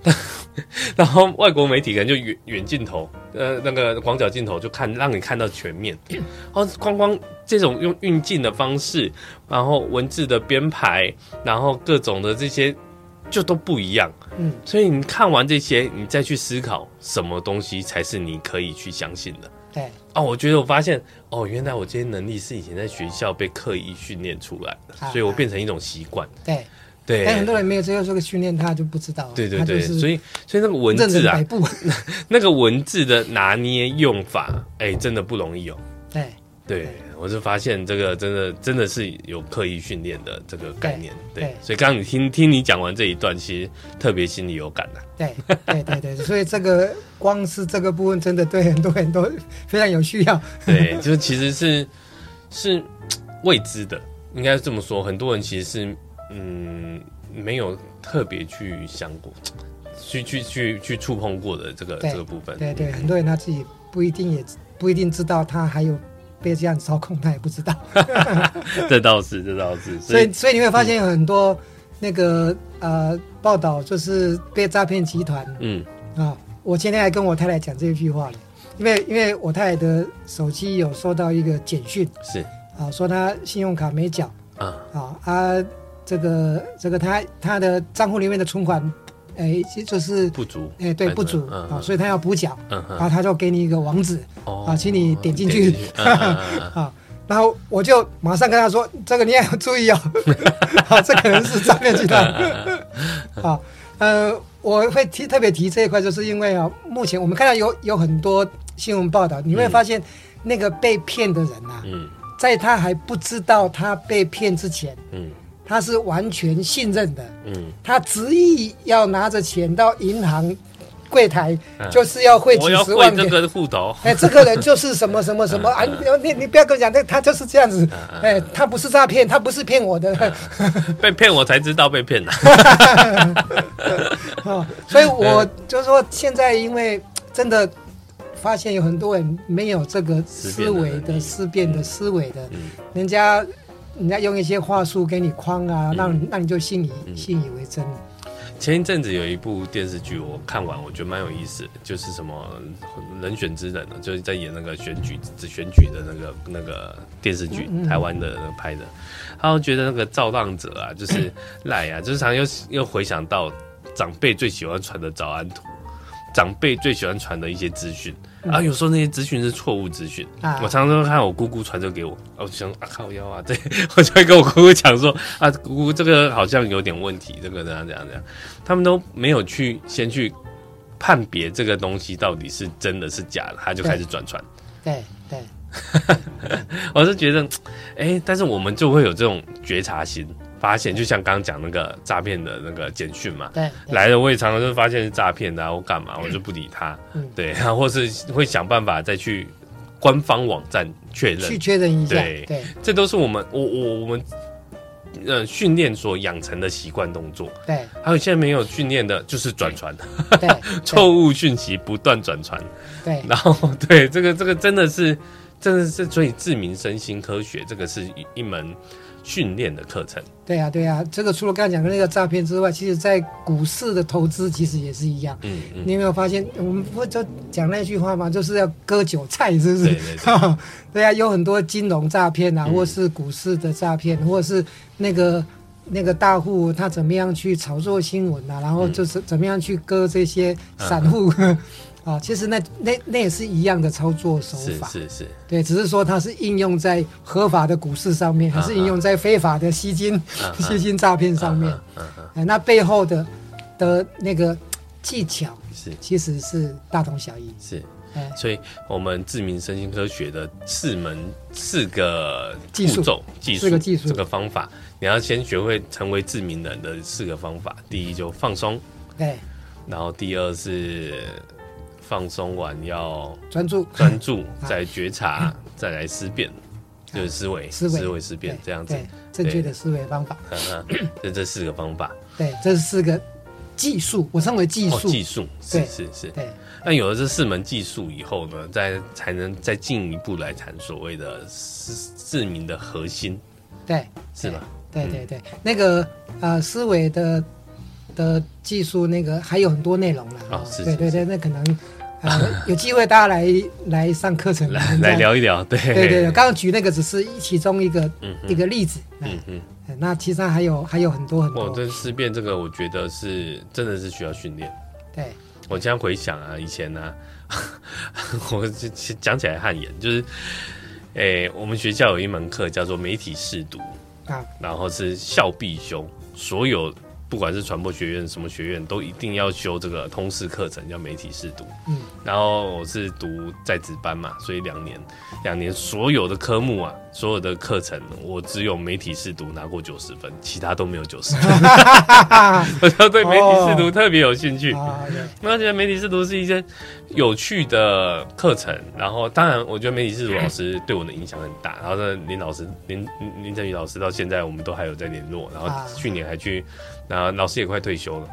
Speaker 1: 然后外国媒体可能就远远镜头，呃，那个广角镜头就看让你看到全面，哦，光光这种用运镜的方式，然后文字的编排，然后各种的这些就都不一样。
Speaker 2: 嗯，
Speaker 1: 所以你看完这些，你再去思考什么东西才是你可以去相信的。
Speaker 2: 对
Speaker 1: 哦，我觉得我发现，哦，原来我这些能力是以前在学校被刻意训练出来的，
Speaker 2: 啊
Speaker 1: 所以我变成一种习惯。
Speaker 2: 对，
Speaker 1: 对，
Speaker 2: 但很多人没有接受这个训练，他就不知道，
Speaker 1: 对对
Speaker 2: 他
Speaker 1: 对，
Speaker 2: 就是
Speaker 1: 所以所以那个文
Speaker 2: 任人
Speaker 1: 字啊
Speaker 2: 摆，布，
Speaker 1: 那个文字的拿捏用法，哎，真的不容易哦。
Speaker 2: 对
Speaker 1: 对，我是发现这个真的真的是有刻意训练的这个概念。对，
Speaker 2: 对对
Speaker 1: 所以刚刚你听听你讲完这一段，其实特别心里有感啊 呐、
Speaker 2: 对对对对，所以这个光是这个部分，真的对很多很多非常有需要。
Speaker 1: 对，就是其实是是未知的，应该这么说。很多人其实是嗯没有特别去想过，去去去去触碰过的这个
Speaker 2: 对
Speaker 1: 这个部分。
Speaker 2: 对对，很多人他自己不一定也不一定知道，他还有被这样操控，他也不知道。
Speaker 1: 这倒是，这倒是。
Speaker 2: 所
Speaker 1: 所以
Speaker 2: 以所以你会发现有很多那个呃报道，就是被诈骗集团
Speaker 1: 嗯
Speaker 2: 啊。我今天还跟我太太讲这句话了，因为因为我太太的手机有收到一个简讯
Speaker 1: 是
Speaker 2: 啊，说她信用卡没缴
Speaker 1: 啊
Speaker 2: 啊啊，这个这个她她的账户里面的存款，哎，其实就是
Speaker 1: 不足。
Speaker 2: 哎对不足
Speaker 1: 嗯
Speaker 2: 啊，
Speaker 1: 嗯
Speaker 2: 所以她要补缴，
Speaker 1: 嗯
Speaker 2: 然
Speaker 1: 哼
Speaker 2: 后她就给你一个网址，
Speaker 1: 哦
Speaker 2: 啊请你点进去
Speaker 1: 嗯嗯嗯 嗯
Speaker 2: 啊，然后我就马上跟他说：“这个你也要注意 哦，啊，这可能是诈骗集团。”
Speaker 1: 嗯
Speaker 2: 啊，呃，我会提特别提这一块，就是因为啊，目前我们看到有有很多新闻报道，你会发现那个被骗的人啊，
Speaker 1: 嗯
Speaker 2: 在他还不知道他被骗之前，
Speaker 1: 嗯
Speaker 2: 他是完全信任的，
Speaker 1: 嗯，
Speaker 2: 他执意要拿着钱到银行柜台，
Speaker 1: 嗯
Speaker 2: 就是要汇
Speaker 1: 我
Speaker 2: 几
Speaker 1: 要
Speaker 2: 十
Speaker 1: 会
Speaker 2: 万
Speaker 1: 这
Speaker 2: 给
Speaker 1: 个 户头。
Speaker 2: 哎，这个人就是什么什么 什么啊！你你不要跟我讲，那他就是这样子
Speaker 1: 嗯。
Speaker 2: 哎，他不是诈骗，他不是骗我的。
Speaker 1: 被骗我才知道被骗的。
Speaker 2: 哦所以我就说，现在因为真的发现有很多人没有这个思维
Speaker 1: 思辨的能
Speaker 2: 的
Speaker 1: 力
Speaker 2: 思辨的思维的
Speaker 1: 嗯，
Speaker 2: 人家人家用一些话术给你框
Speaker 1: 嗯
Speaker 2: 啊，让你让你就信以信以为真了。
Speaker 1: 前一阵子有一部电视剧，我看完，我觉得蛮有意思的，就是什么“人选之人”呢，就是在演那个选举选举的那个那个电视剧，
Speaker 2: 嗯
Speaker 1: 台湾的那个拍的。他们觉得那个造浪者啊，就是赖啊，就是常又又回想到长辈最喜欢传的早安图，长辈最喜欢传的一些资讯。啊，有时候那些资讯是错误资讯，
Speaker 2: 嗯啊
Speaker 1: 我常常看我姑姑传授给我，啊我就想啊靠腰啊，对， 我就会跟我姑姑讲说啊，姑姑这个好像有点问题，这个怎样怎样怎样，他们都没有去先去判别这个东西到底是真的是假的，他就开始转传。
Speaker 2: 对对
Speaker 1: 我是觉得，哎、但是我们就会有这种觉察心，发现就像刚刚讲那个诈骗的那个简讯嘛，
Speaker 2: 对，对
Speaker 1: 来了我也常常就发现是诈骗的、啊，我干嘛我就不理他，
Speaker 2: 嗯
Speaker 1: 对，然后或是会想办法再去官方网站确认
Speaker 2: 去，确认一下。
Speaker 1: 对
Speaker 2: 对
Speaker 1: 这都是我们我我我们呃训练所养成的习惯动作。
Speaker 2: 对
Speaker 1: 还有现在没有训练的，就是转传，
Speaker 2: 对
Speaker 1: 错误讯息不断转传，
Speaker 2: 对
Speaker 1: 然后对这个这个真的是真的是所以自民身心科学这个是一一门训练的课程，
Speaker 2: 对呀、对呀、啊这个除了刚才讲的那个诈骗之外，其实在股市的投资其实也是一样。
Speaker 1: 嗯嗯，
Speaker 2: 你有没有发现，我们不就讲那句话吗？就是要割韭菜，是不是？
Speaker 1: 对对 嗯
Speaker 2: 对啊，有很多金融诈骗啊，或是股市的诈骗，或是那个那个大户他怎么样去炒作新闻啊，然后就是怎么样去割这些散户。
Speaker 1: 嗯
Speaker 2: 啊，其实那那那也是一样的操作手
Speaker 1: 是
Speaker 2: 法，
Speaker 1: 是是，
Speaker 2: 对，只是说它是应用在合法的股市上
Speaker 1: 啊
Speaker 2: 面，还是应用在非法的吸金、 吸金诈骗上面？
Speaker 1: 嗯嗯
Speaker 2: 哎，那背后的的那个技巧
Speaker 1: 是
Speaker 2: 其实是大同小异。
Speaker 1: 是，
Speaker 2: 哎，
Speaker 1: 所以我们自民身心科学的四门四个
Speaker 2: 技术
Speaker 1: 步骤技术
Speaker 2: 四个技术
Speaker 1: 这个方法，你要先学会成为自民人的四个方法，第一就放松，
Speaker 2: 对，
Speaker 1: 然后第二是放松完要
Speaker 2: 专注，
Speaker 1: 专注，
Speaker 2: 啊
Speaker 1: 再觉察，再来思辨，就是思维、
Speaker 2: 啊思维
Speaker 1: 思辨
Speaker 2: 对
Speaker 1: 这样子。啊
Speaker 2: 对，正确的思维方法，
Speaker 1: 这这四个方法，
Speaker 2: 对，这是个技术，我称为技
Speaker 1: 哦，
Speaker 2: 术。
Speaker 1: 技术是
Speaker 2: 对
Speaker 1: 是是。
Speaker 2: 对
Speaker 1: 那有了这四门技术以后呢，再才能再进一步来谈所谓的市市民的核心，
Speaker 2: 对
Speaker 1: 是吗？
Speaker 2: 对对对，那个呃思维的的技术，那个还有很多内容啦。
Speaker 1: 哦是
Speaker 2: 对
Speaker 1: 是
Speaker 2: 对对，那可能 呃有机会大家来来上课程
Speaker 1: 来来。聊一聊，对
Speaker 2: 对对对，刚刚举那个只是其中一个
Speaker 1: 嗯哼
Speaker 2: 一个例子，
Speaker 1: 嗯嗯，
Speaker 2: 哎那其实上还有还有很多很
Speaker 1: 我
Speaker 2: 多，
Speaker 1: 这思辨这个，我觉得是真的是需要训练。
Speaker 2: 对
Speaker 1: 我现在回想啊，以 前呢、啊，我就其实讲起来汗颜，就是，诶、我们学 校有一门课叫做媒体试读，
Speaker 2: 啊，
Speaker 1: 然后是校必修，所有不管是传播学院什么学院，都一定要修这个通识课程，叫媒体试读。
Speaker 2: 嗯，
Speaker 1: 然后我是读在职班嘛，所以两年，两年所有的科目啊，所有的课程，我只有媒体试读拿过九十分，其他都没有九十分。我就对媒体试读特别有兴趣。
Speaker 2: 啊，对
Speaker 1: 那我觉得媒体试读是一件有趣的课程，然后当然，我觉得媒体试读老师对我的影响很大。然后呢，林老师、林林林振宇老师到现在我们都还有在联络，然后
Speaker 2: 啊
Speaker 1: 去年还去，然后老师也快退休了。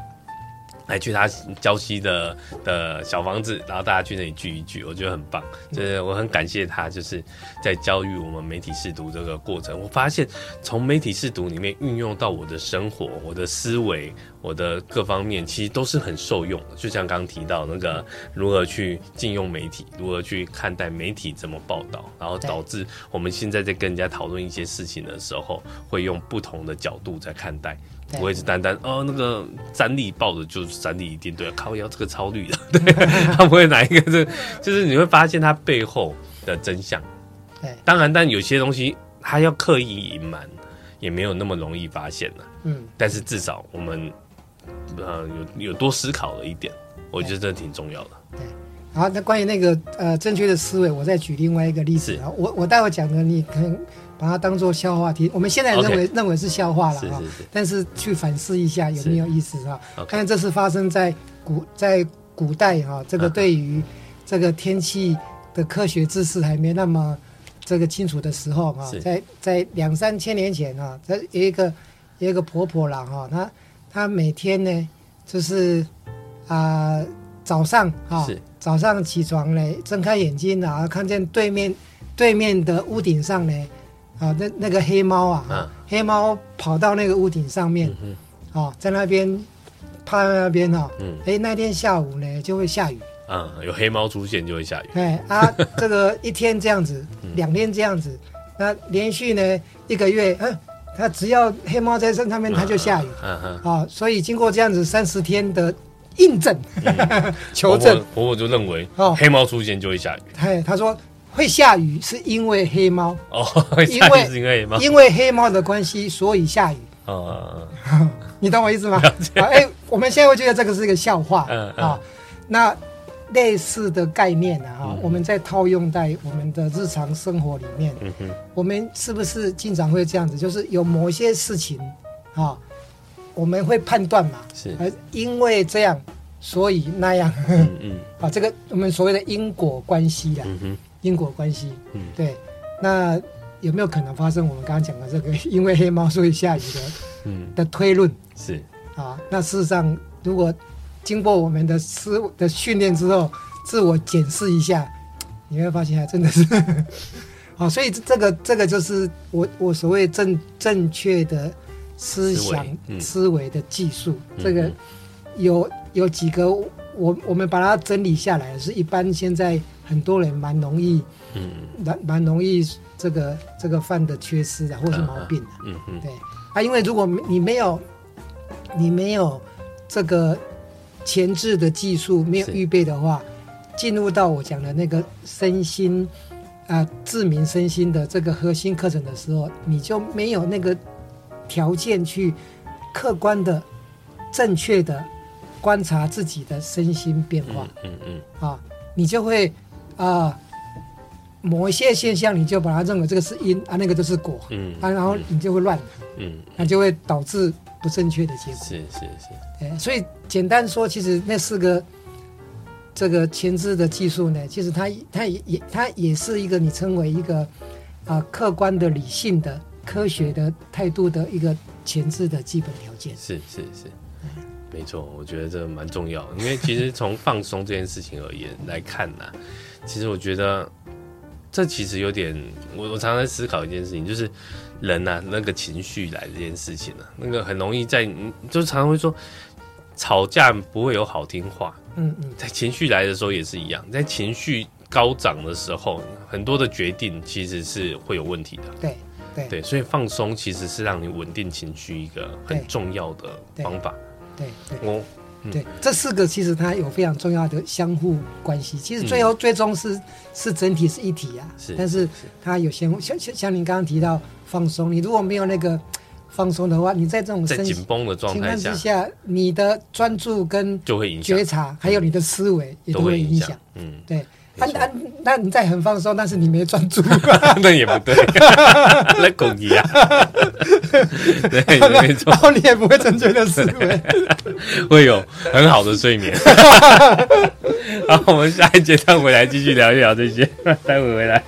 Speaker 1: 还去他礁溪的的小房子，然后大家去那里聚一聚，我觉得很棒。就是我很感谢他，就是在教育我们媒体试读这个过程，我发现从媒体试读里面运用到我的生活、我的思维、我的各方面，其实都是很受用的。就像刚刚提到那个如何去禁用媒体，如何去看待媒体怎么报道，然后
Speaker 2: 对
Speaker 1: 导致我们现在在跟人家讨论一些事情的时候，会用不同的角度在看待。
Speaker 2: 对
Speaker 1: 不会是单单哦，那个三立报的就是三立一定对，靠腰这个超绿的， 对，他不会哪一个是，就是你会发现它背后的真相。
Speaker 2: 对，
Speaker 1: 当然，但有些东西它要刻意隐瞒，也没有那么容易发现了。
Speaker 2: 嗯，
Speaker 1: 但是至少我们，呃，有有多思考了一点，我觉得这挺重要的。
Speaker 2: 然后那关于那个呃正确的思维，我再举另外一个例子
Speaker 1: 是
Speaker 2: 啊，我我待会讲的，你可能把它当做笑话听。我们现在认为认为是笑话了
Speaker 1: 是
Speaker 2: 啊
Speaker 1: 是是，
Speaker 2: 但是去反思一下有没有意思啊？
Speaker 1: OK
Speaker 2: 但是这是发生在古在古代哈、这个
Speaker 1: 嗯
Speaker 2: 对于这个天气的科学知识还没那么这个清楚的时候啊
Speaker 1: 是，
Speaker 2: 在在两三千年前啊，这有一个有一个婆婆啦哈、她她每天呢就是啊、早上啊、
Speaker 1: 是
Speaker 2: 早上起床呢，睁开眼睛啊，看见对面对面的屋顶上呢。啊，那那个黑猫啊，
Speaker 1: 嗯
Speaker 2: 黑猫跑到那个屋顶上面，
Speaker 1: 嗯
Speaker 2: 哦，在那边趴在那边哦，
Speaker 1: 嗯
Speaker 2: 哎、那天下午呢就会下雨，
Speaker 1: 嗯，有黑猫出现就会下雨。
Speaker 2: 哎 啊，这个一天这样子，
Speaker 1: 嗯
Speaker 2: 两天这样子，那连续呢一个月，嗯、它只要黑猫在上面，它就下雨，
Speaker 1: 嗯哼，
Speaker 2: 啊、所以经过这样子三十天的印证、 求
Speaker 1: 嗯婆
Speaker 2: 证
Speaker 1: 婆，婆婆就认为
Speaker 2: 哦
Speaker 1: 黑猫出现就会下雨。
Speaker 2: 哎，他说会下雨是因为黑猫，
Speaker 1: 哦，下雨是因为黑猫。
Speaker 2: 因为黑猫的关系，所以下雨。
Speaker 1: 哦，
Speaker 2: 你懂我意思吗？
Speaker 1: 了
Speaker 2: 啊，哎、我们现在会觉得这个是一个笑话，
Speaker 1: 嗯嗯
Speaker 2: 啊，那类似的概念啊，哈
Speaker 1: 嗯
Speaker 2: 我们在套用在我们的日常生活里面，
Speaker 1: 嗯哼，
Speaker 2: 我们是不是经常会这样子？就是有某些事情啊，我们会判断嘛，
Speaker 1: 是
Speaker 2: 而因为这样，所以那样，
Speaker 1: 嗯嗯
Speaker 2: 啊，这个我们所谓的因果关系啦，
Speaker 1: 嗯哼，
Speaker 2: 因果关系，
Speaker 1: 嗯
Speaker 2: 对，那有没有可能发生我们刚刚讲的这个因为黑猫所以下雨的
Speaker 1: 嗯
Speaker 2: 的推论？
Speaker 1: 是
Speaker 2: 啊，那事实上，如果经过我们的思的训练之后，自我检视一下，你会发现还真的是 啊，所以这这个这个就是我我所谓正正确的思想
Speaker 1: 思维嗯
Speaker 2: 思维的技术，
Speaker 1: 嗯
Speaker 2: 这个
Speaker 1: 嗯
Speaker 2: 有有几个我我们把它整理下来，是一般现在很多人蛮容易
Speaker 1: 嗯
Speaker 2: 蛮蛮容易这个这个犯的缺失啊，或是毛病的、
Speaker 1: 嗯嗯
Speaker 2: 对啊，因为如果你没有你没有这个前置的技术，没有
Speaker 1: 是
Speaker 2: 预备的话，进入到我讲的那个身心啊、自明身心的这个核心课程的时候，你就没有那个条件去客观的、正确的观察自己的身心变化。
Speaker 1: 嗯嗯
Speaker 2: 啊，你就会啊、某一些现象，你就把它认为这个是因啊，那个就是果
Speaker 1: 嗯
Speaker 2: 啊，然后你就会乱，
Speaker 1: 嗯，
Speaker 2: 那就会导致不正确的结果。
Speaker 1: 是是是，
Speaker 2: 哎，所以简单说，其实那四个这个前置的技术呢，其实它它也也它也是一个你称为一个啊、客观的、理性的、科学的态度的一个前置的基本条件。
Speaker 1: 是是是，没错，我觉得这蛮重要的，因为其实从放松这件事情而言来看呐、其实我觉得这其实有点，我我常常在思考一件事情，就是人呐、那个情绪来这件事情啊，那个很容易在，嗯就常常会说吵架不会有好听话，
Speaker 2: 嗯嗯，
Speaker 1: 在情绪来的时候也是一样，在情绪高涨的时候，很多的决定其实是会有问题的。
Speaker 2: 对对
Speaker 1: 对，所以放松其实是让你稳定情绪一个很
Speaker 2: 对
Speaker 1: 重要的方法。
Speaker 2: 对对。
Speaker 1: 我
Speaker 2: 对，这四个其实它有非常重要的相互关系。其实最后最终是、是整体是一体啊，
Speaker 1: 嗯是
Speaker 2: 但是它有相互像像像您刚刚提到放松，你如果没有那个放松的话，你在这种
Speaker 1: 在
Speaker 2: 身
Speaker 1: 紧
Speaker 2: 情
Speaker 1: 绷的状态
Speaker 2: 况之
Speaker 1: 下
Speaker 2: 下，你的专注跟
Speaker 1: 就会影响嗯
Speaker 2: 觉，察，还有你的思维也
Speaker 1: 都
Speaker 2: 都会
Speaker 1: 影
Speaker 2: 影响。。
Speaker 1: 嗯，
Speaker 2: 对，
Speaker 1: 没
Speaker 2: 啊
Speaker 1: 错
Speaker 2: 啊，那你在很放松，但是你没专注，
Speaker 1: 那 也 不对，那拱一样。对，没错
Speaker 2: 然，后你也不会正确的思 维。
Speaker 1: 会有很好的睡眠。 好，我们下一阶段回来继续聊一聊这些，待会回来。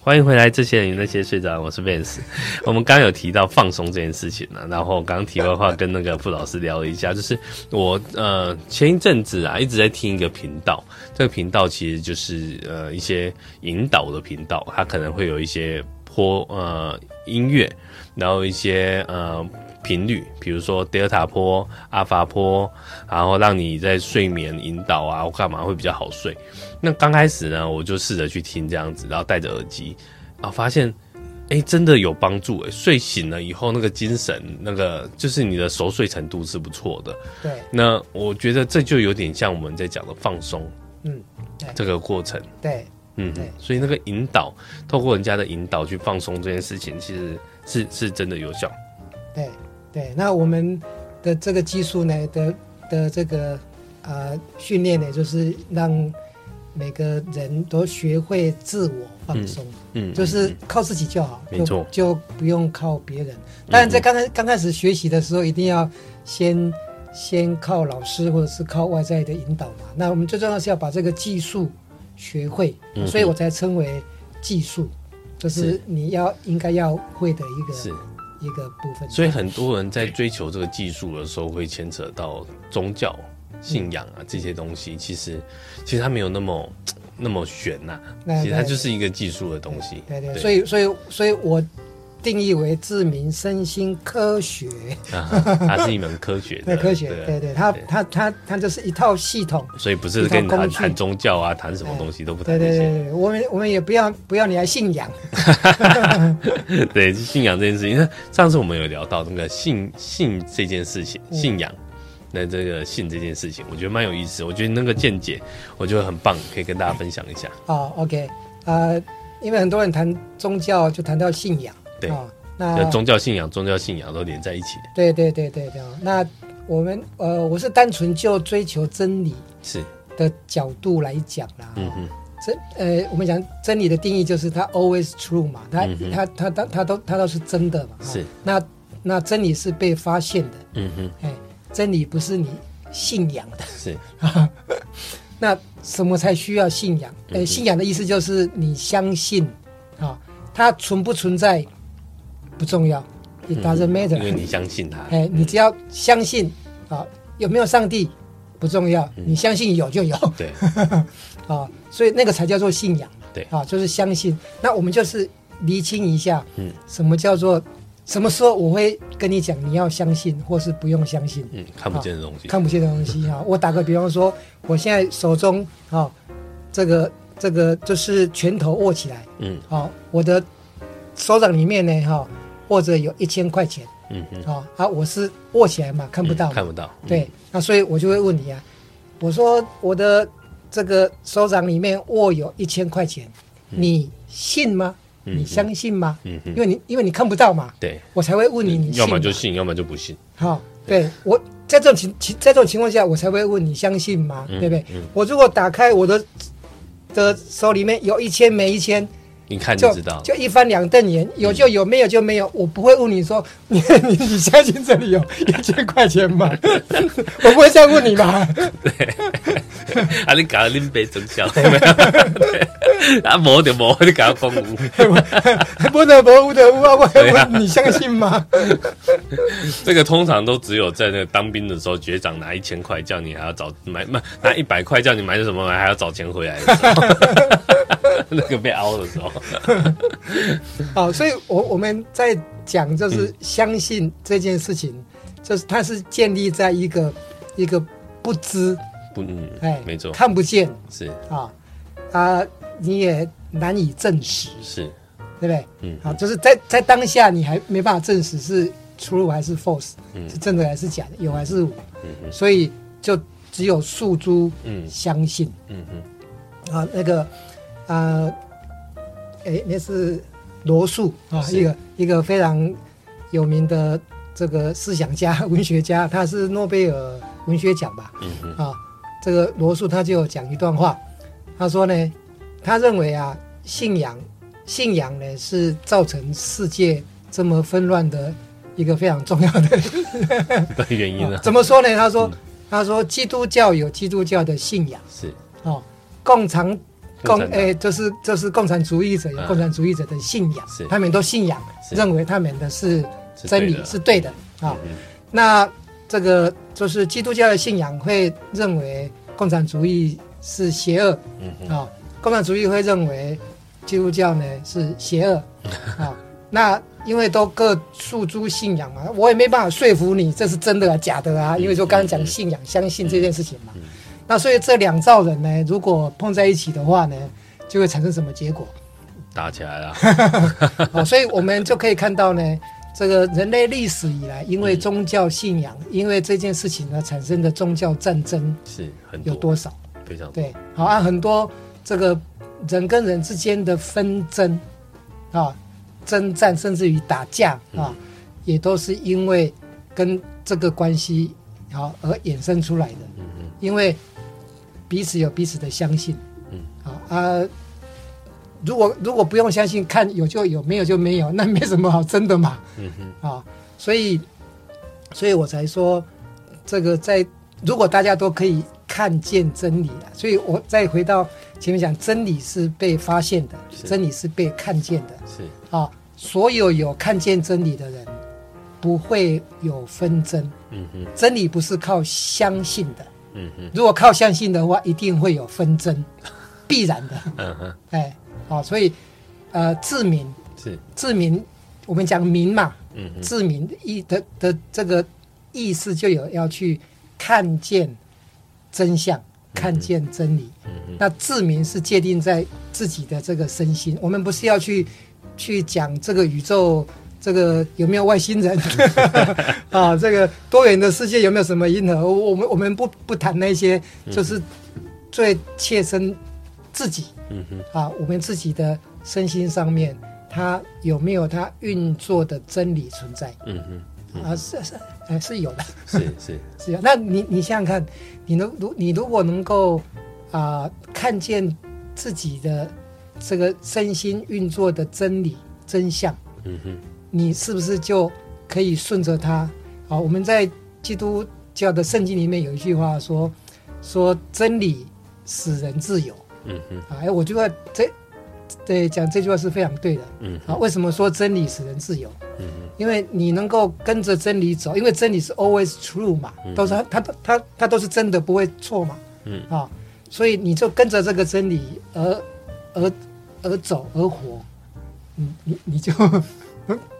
Speaker 1: 欢迎回来，这些人与那些睡着，我是 Vance。我 们刚刚有提到放松这件事情呢、然后刚刚题外话跟那个傅老师聊了一下，就是我呃前一阵子啊一直在听一个频道，这个频道其实就是呃一些引导的频道，它可能会有一些播呃音乐，然后一些呃频率，比如说德尔塔波、阿法波，然后让你在睡眠引导啊，或干嘛会比较好睡。那刚开始呢，我就试着去听这样子，然后戴着耳机，啊，发现。哎、真的有帮助哎、睡醒了以后，那个精神，那个就是你的熟睡程度是不错的。
Speaker 2: 对，
Speaker 1: 那我觉得这就有点像我们在讲的放松
Speaker 2: 嗯，
Speaker 1: 这个过程，
Speaker 2: 对，
Speaker 1: 嗯哼
Speaker 2: 对，
Speaker 1: 所以那个引导，透过人家的引导去放松这件事情，其实是是真的有效。
Speaker 2: 对，对。那我们的这个技术呢的的这个呃训练呢，就是让每个人都学会自我放松。
Speaker 1: 嗯，
Speaker 2: 就是靠自己就好，
Speaker 1: 没
Speaker 2: 就
Speaker 1: 错
Speaker 2: 就不用靠别人。当然，在刚开刚开始学习的时候，一定要先先靠老师或者是靠外在的引导嘛。那我们最重要是要把这个技术学会，
Speaker 1: 嗯哼
Speaker 2: 所以我才称为技术，就是
Speaker 1: 是
Speaker 2: 你要应该要会的一
Speaker 1: 嗯是
Speaker 2: 个，一个部分。
Speaker 1: 所以很多人在追求这个技术的时候，会牵扯到宗教、信仰啊这些东
Speaker 2: 嗯
Speaker 1: 西。其实，其实它没有那么那么玄呐、
Speaker 2: 那
Speaker 1: 其实它就是一个技术的东西。
Speaker 2: 对对，所以所以所以我定义为自明身心科学。
Speaker 1: 啊哈它是一门科学的，
Speaker 2: 对科学，
Speaker 1: 对啊
Speaker 2: 对对，它
Speaker 1: 对
Speaker 2: 它它它就是一套系统，
Speaker 1: 所以不是跟你
Speaker 2: 一套工
Speaker 1: 谈
Speaker 2: 具哎
Speaker 1: 谈宗教啊，谈什么东西都不
Speaker 2: 对
Speaker 1: 谈这
Speaker 2: 对
Speaker 1: 些。
Speaker 2: 对对，我们我们也不要不要你来信仰，
Speaker 1: 对，就信仰这件事情。那上次我们有聊到那个信信这件事情，
Speaker 2: 嗯
Speaker 1: 信仰。那这个信这件事情，我觉得蛮有意思，我觉得那个见解，我觉得很棒，可以跟大家分享一下。
Speaker 2: 哦，OK，呃，因为很多人谈宗教就谈到信仰，
Speaker 1: 对
Speaker 2: 哦、
Speaker 1: 就
Speaker 2: 那
Speaker 1: 宗教信仰、宗教信仰都连在一起的，
Speaker 2: 对对对对对，哦那我们呃，我是单纯就追求真理
Speaker 1: 是，
Speaker 2: 的角度来讲啦，
Speaker 1: 嗯哼，
Speaker 2: 真呃，我们讲真理的定义就是它 always true 嘛，它、
Speaker 1: 嗯哼
Speaker 2: 它它它它都它都是真的嘛，哦
Speaker 1: 是，
Speaker 2: 那那真理是被发现的，
Speaker 1: 嗯哼，
Speaker 2: 哎，真理不是你信仰的。
Speaker 1: 是，
Speaker 2: 那什么才需要信仰？
Speaker 1: 嗯
Speaker 2: 呃、信仰的意思就是你相信啊、它存不存在不重要，it doesn't
Speaker 1: 嗯因为
Speaker 2: matter、
Speaker 1: 你相 信他，
Speaker 2: 哎，你只要相信啊、有没有上帝不重要，
Speaker 1: 嗯
Speaker 2: 你相信有就有啊、
Speaker 1: 对，
Speaker 2: 所以那个才叫做信仰嘛。
Speaker 1: 对
Speaker 2: 啊、就是相信。那我们就是厘清一下，
Speaker 1: 嗯
Speaker 2: 什么叫做什么时候我会跟你讲你要相信，或是不用相信。
Speaker 1: 嗯，看不见的东西，
Speaker 2: 看不见的东西哈、我打个比方说，我现在手中啊、这个这个就是拳头握起来，
Speaker 1: 嗯
Speaker 2: 啊、我的手掌里面呢哈、握着有一千块钱
Speaker 1: 嗯哼，
Speaker 2: 啊、啊，我是握起来嘛，看
Speaker 1: 看
Speaker 2: 不到嘛、
Speaker 1: 看不到，嗯，
Speaker 2: 对，那所以我就会问你啊，我说我的这个手掌里面握有一千块钱，你信吗？
Speaker 1: 嗯
Speaker 2: 你相信吗？
Speaker 1: 嗯
Speaker 2: 因
Speaker 1: 哼，
Speaker 2: 为你因为你看不到嘛，
Speaker 1: 对，嗯
Speaker 2: 我才会问你，你信
Speaker 1: 要么就
Speaker 2: 吗
Speaker 1: 信，要么就不信，
Speaker 2: 好、对我在这种情情在这种情况下，我才会问你相信吗？
Speaker 1: 嗯
Speaker 2: 对不对？
Speaker 1: 嗯
Speaker 2: 我如果打开我的的手里面有一千没一千，
Speaker 1: 一看就
Speaker 2: 就
Speaker 1: 知道，嗯
Speaker 2: 就一翻两瞪眼，有就有，没有就没有，我不会问你说你 你你相信这里有一千块钱吗？ 我不会这样问你吧？
Speaker 1: 啊，你搞恁爸宗 教， 对啊，无就无，你搞公 务，
Speaker 2: 不得不无得无啊，我还
Speaker 1: 对啊
Speaker 2: 问你相信 吗？
Speaker 1: 这个通常都只有在那个当兵的时候，学长拿一千块叫你还要找买买拿一百块叫你买什么买，还要找钱回来的 时候， 那个被凹的时候，
Speaker 2: 好，所以我我们在讲就是
Speaker 1: 嗯
Speaker 2: 相信这件事情，就是它是建立在一个一个不知。
Speaker 1: 不，嗯，
Speaker 2: 哎，
Speaker 1: 没错，
Speaker 2: 看不见
Speaker 1: 是
Speaker 2: 啊啊，你也难以证实，
Speaker 1: 是，
Speaker 2: 对不对？
Speaker 1: 嗯
Speaker 2: 啊，就是在在当下你还没办法证实是 true 还是 false，、
Speaker 1: 嗯
Speaker 2: 是真的还是假的，有还是无，
Speaker 1: 嗯哼，
Speaker 2: 所以就只有诉诸
Speaker 1: 嗯
Speaker 2: 相信
Speaker 1: 嗯哼，
Speaker 2: 啊，那个啊，哎，那是罗素啊，
Speaker 1: 是
Speaker 2: 一个一个非常有名的这个思想家、文学家，他是诺贝尔文学奖吧？
Speaker 1: 嗯哼，
Speaker 2: 啊，这个罗素他就有讲一段话，他说呢，他认为啊，信仰，信仰呢是造成世界这么纷乱的一个非常重要的
Speaker 1: 的原因呢、
Speaker 2: 怎么说呢？他说，他说基督教有基督教的信仰
Speaker 1: 是
Speaker 2: 哦，共产
Speaker 1: 共
Speaker 2: 共
Speaker 1: 产党
Speaker 2: 诶、就是就是共产主义者有
Speaker 1: 嗯
Speaker 2: 共产主义者的信仰，
Speaker 1: 是
Speaker 2: 他们都信仰，
Speaker 1: 是
Speaker 2: 认为他们的是
Speaker 1: 是
Speaker 2: 真
Speaker 1: 对
Speaker 2: 理
Speaker 1: 的
Speaker 2: 是对的啊、
Speaker 1: 嗯
Speaker 2: 那这个就是基督教的信仰会认为共产主义是邪恶
Speaker 1: 嗯哼，
Speaker 2: 啊、共产主义会认为基督教呢是邪恶 啊、那因为都各诉诸信仰嘛，我也没办法说服你这是真的啊假的啊，因为就刚刚讲信仰、相信这件事情嘛。那所以这两造人呢，如果碰在一起的话呢，就会产生什么结果？
Speaker 1: 打起 来了，
Speaker 2: 啊，所以我们就可以看到呢，这个人类历史以来，因为宗教信仰，因为这件事情呢产生的宗教战争
Speaker 1: 是很
Speaker 2: 有多少？
Speaker 1: 非常多，
Speaker 2: 对，好啊，很多这个人跟人之间的纷争啊、征战，甚至于打架啊，也都是因为跟这个关系好、而衍生出来的。
Speaker 1: 嗯哼，
Speaker 2: 因为彼此有彼此的相信，
Speaker 1: 嗯，
Speaker 2: 好啊。如果如果不用相信，看有就有，没有就没有，那没什么好争的嘛，
Speaker 1: 嗯哼，
Speaker 2: 啊，所以，所以我才说，这个在如果大家都可以看见真理了，所以我再回到前面讲，真理是被发现的，
Speaker 1: 是
Speaker 2: 真理是被看见的，
Speaker 1: 是
Speaker 2: 啊，所有有看见真理的人，不会有纷争，
Speaker 1: 嗯哼，
Speaker 2: 真理不是靠相信的，
Speaker 1: 嗯哼，
Speaker 2: 如果靠相信的话，一定会有纷争，必然的。
Speaker 1: 嗯哼，
Speaker 2: 哎，好、所以呃，治民，
Speaker 1: 是，
Speaker 2: 治民，我们讲民嘛，
Speaker 1: 嗯哼，
Speaker 2: 治民意的的这个意思就有要去看见真相，看见真理。
Speaker 1: 嗯
Speaker 2: 那治民是界定在自己的这个身心，我们不是要去去讲这个宇宙。这个有没有外星人 啊？这个多元的世界有没有什么因何？我我们我们不不谈那些，就是最切身自己
Speaker 1: 哼，嗯哼，
Speaker 2: 啊，我们自己的身心上面，它有没有它运作的真理存在
Speaker 1: 嗯哼，
Speaker 2: 啊？是是，哎，是有的。
Speaker 1: 是 是，
Speaker 2: 是啊，那你你想想看，你能如你如果能够啊、看见自己的这个身心运作的真理真相，
Speaker 1: 嗯哼，
Speaker 2: 你是不是就可以顺着它？啊，我们在基督教的圣经里面有一句话说说真理使人自由
Speaker 1: 嗯哼，
Speaker 2: 啊，哎，我觉得这对讲这句话是非常对的
Speaker 1: 嗯
Speaker 2: 啊。
Speaker 1: 哼，
Speaker 2: 为什么说真理使人自由？
Speaker 1: 嗯哼，
Speaker 2: 因为你能够跟着真理走，因为真理是 always true 嘛，都是它它它它都是真的，不会错嘛，
Speaker 1: 嗯
Speaker 2: 啊，所以你就跟着这个真理而而而走而活，你你你就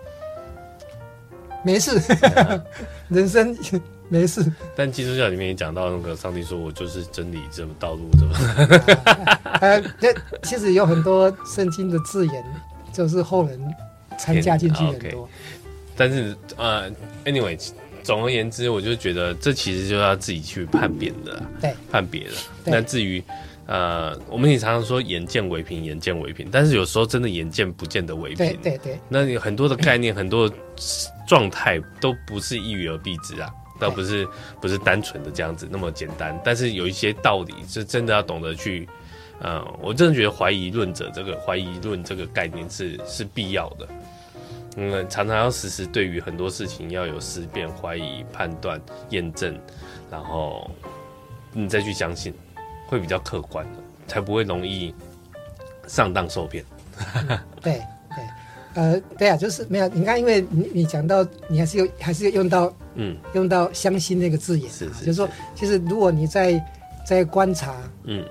Speaker 2: 没事，
Speaker 1: 嗯
Speaker 2: 人生 没事，
Speaker 1: 但基督教里面也讲到那个上帝说，我就是真理这道路，这么，
Speaker 2: 呃，这其实有很多圣经的字眼，就是后人参加进去很
Speaker 1: 天
Speaker 2: 多，
Speaker 1: 但是呃，anyway，总而言之，我就觉得这其实就要自己去判别的啦，
Speaker 2: 对
Speaker 1: 判别的。
Speaker 2: 对
Speaker 1: 那至于呃，我们也常常说眼见为凭，眼见为凭，但是有时候真的眼见不见得为
Speaker 2: 对
Speaker 1: 凭。
Speaker 2: 对对，
Speaker 1: 那有很多的概念，很多的状态都不是一语而蔽之啊，倒不是不是单纯的这样子那么简单。但是有一些道理是真的要懂得去，呃，我真的觉得怀疑论者这个怀疑论这个概念是是必要的。嗯，常常要时时对于很多事情要有思辨、怀疑、判断、验证，然后你再去相信，会比较客观的，才不会容易上当受骗。
Speaker 2: 对对，呃，对啊，就是没有。你看，因为你你讲到，你还是有还是有用到
Speaker 1: 嗯
Speaker 2: 用到“相信”那个字眼、啊，
Speaker 1: 是是
Speaker 2: 就是说，其实如果你在在观察啊、
Speaker 1: 嗯，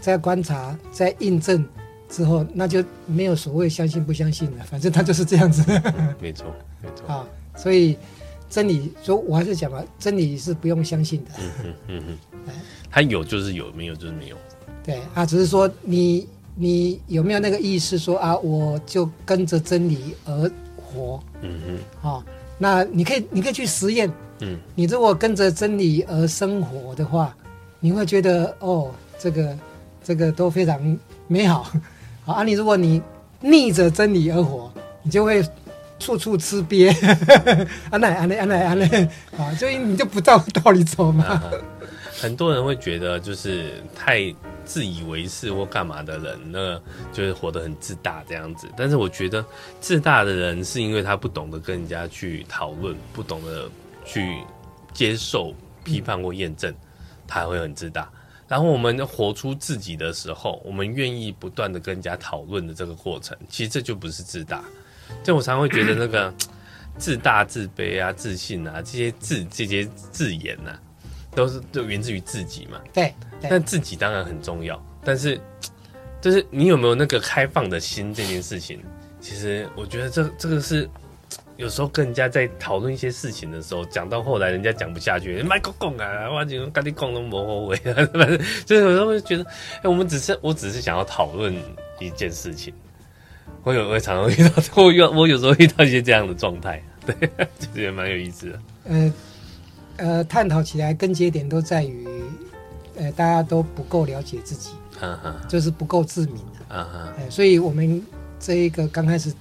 Speaker 2: 在观察，在印证之后，那就没有所谓相信不相信了，反正它就是这样子
Speaker 1: 没错没错。
Speaker 2: 啊。所以真理，所以我还是讲吧，真理是不用相信的，
Speaker 1: 嗯嗯嗯，他有就是有，没有就是没有。
Speaker 2: 对啊，只是说你你有没有那个意识说啊，我就跟着真理而活。
Speaker 1: 嗯哼，
Speaker 2: 哦，那你可以你可以去实验，
Speaker 1: 嗯，
Speaker 2: 你如果跟着真理而生活的话，你会觉得哦，这个这个都非 常美好。好啊，你如果你逆着真理而活，你就会处处吃瘪， 啊安奈安奈安奈安 奈啊，所以你就不照道理走嘛。
Speaker 1: 很多人会觉得就是太自以为是或干嘛的人，那就是活得很自大这样子。但是我觉得自大的人是因为他不懂得跟人家去讨论，不懂得去接受批判或验证，他会很自大。然后我们活出自己的时候，我们愿意不断的跟人家讨论的这个过程，其实这就不是自大。就我常会觉得那个自大、自卑啊、自信啊这些字这些字眼呐、啊，都是都源自于自己嘛。
Speaker 2: 对
Speaker 1: 但
Speaker 2: 对，
Speaker 1: 自己当然很重要，但是就是你有没有那个开放的心这件事情，其实我觉得这这个是有时候跟人家在讨论一些事情的时候，讲到后来人家讲不下去，麦克讲啊，我就跟你讲都没后悔啊， 反正就是有时候会觉得，哎、我们只是我只是想要讨论一件事情，我有我常常遇到， 我遇到我有时候遇到一些这样的状态， 对，就是也蛮有意思的，
Speaker 2: 呃呃，探讨起来根结点都在于，呃，大家都不够了解自己，
Speaker 1: 哈哈
Speaker 2: 就是不够自明啊。
Speaker 1: 啊哈，
Speaker 2: 哎，所以我们这一个刚开始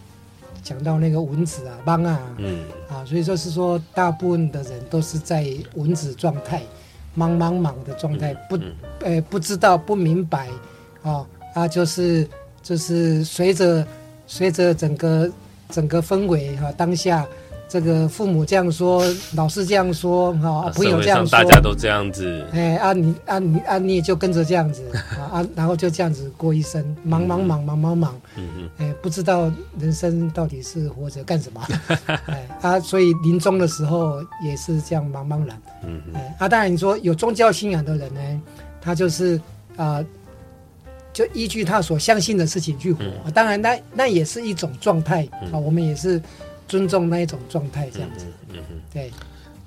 Speaker 2: 讲到那个蚊子啊、帮啊
Speaker 1: 嗯
Speaker 2: 啊，所以就是说，大部分的人都是在蚊子状态、茫茫茫的状态，不
Speaker 1: 嗯
Speaker 2: 呃不知道、不明白啊啊，就是就是随着随着整个整个氛围哈、当下。这个父母这样说，老师这样说，哈、啊朋
Speaker 1: 啊社
Speaker 2: 友
Speaker 1: 会
Speaker 2: 这样
Speaker 1: 上
Speaker 2: 说，
Speaker 1: 大家都这样子，
Speaker 2: 哎，啊你啊你啊你也就跟着这 样子啊啊，然后就这样子过一生，忙忙忙忙忙忙，
Speaker 1: 嗯嗯。
Speaker 2: 哎，不知道人生到底是活着干 什么，哎啊，所以临终的时候也是这样茫茫然，
Speaker 1: 嗯哼
Speaker 2: 哎啊，当然你说有宗教信仰的人呢，他就是啊、就依据他所相信的事情去
Speaker 1: 嗯
Speaker 2: 活，啊当然那那也是一种状态啊，我们也是尊重那一种状态这样子，
Speaker 1: 嗯哼，
Speaker 2: 对，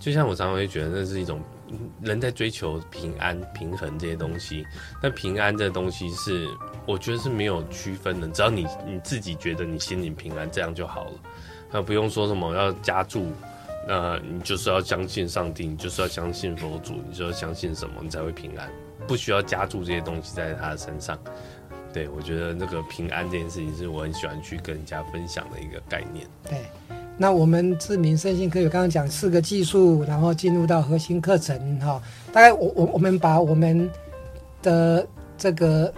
Speaker 1: 就像我常常会觉得那是一种嗯人在追求平安、平衡这些东西。但平安这东西是，我觉得是没有区分的，只要你你自己觉得你心里平安，这样就好了。那不用说什么要加注，那你就是要相信上帝，你就是要相信佛祖，你就要相信什么，你才会平安。不需要加注这些东西在他的身上。对，我觉得那个平安这件事情是我很喜欢去跟人家分享的一个概念。
Speaker 2: 对，哎那我们志明身心科学刚刚讲四个技术，然后进入到核心课程哈、大概我我我们把我们的这个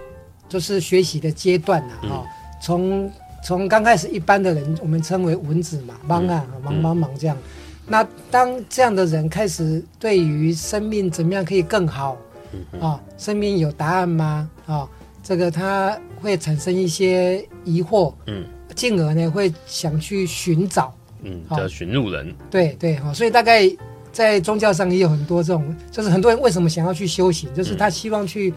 Speaker 2: 就是学习的阶段啊，哈、从从刚开始一般的人，我们称为文子嘛，忙啊，忙忙忙这样。那当这样的人开始对于生命怎么样可以更好啊、生命有答案吗？啊、这个他会产生一些疑惑，
Speaker 1: 嗯
Speaker 2: 进而呢会想去寻找，
Speaker 1: 嗯，
Speaker 2: 好
Speaker 1: 叫寻路人。
Speaker 2: 对对哈、哦，所以大概在宗教上也有很多这种，就是很多人为什么想要去修行，就是他希望去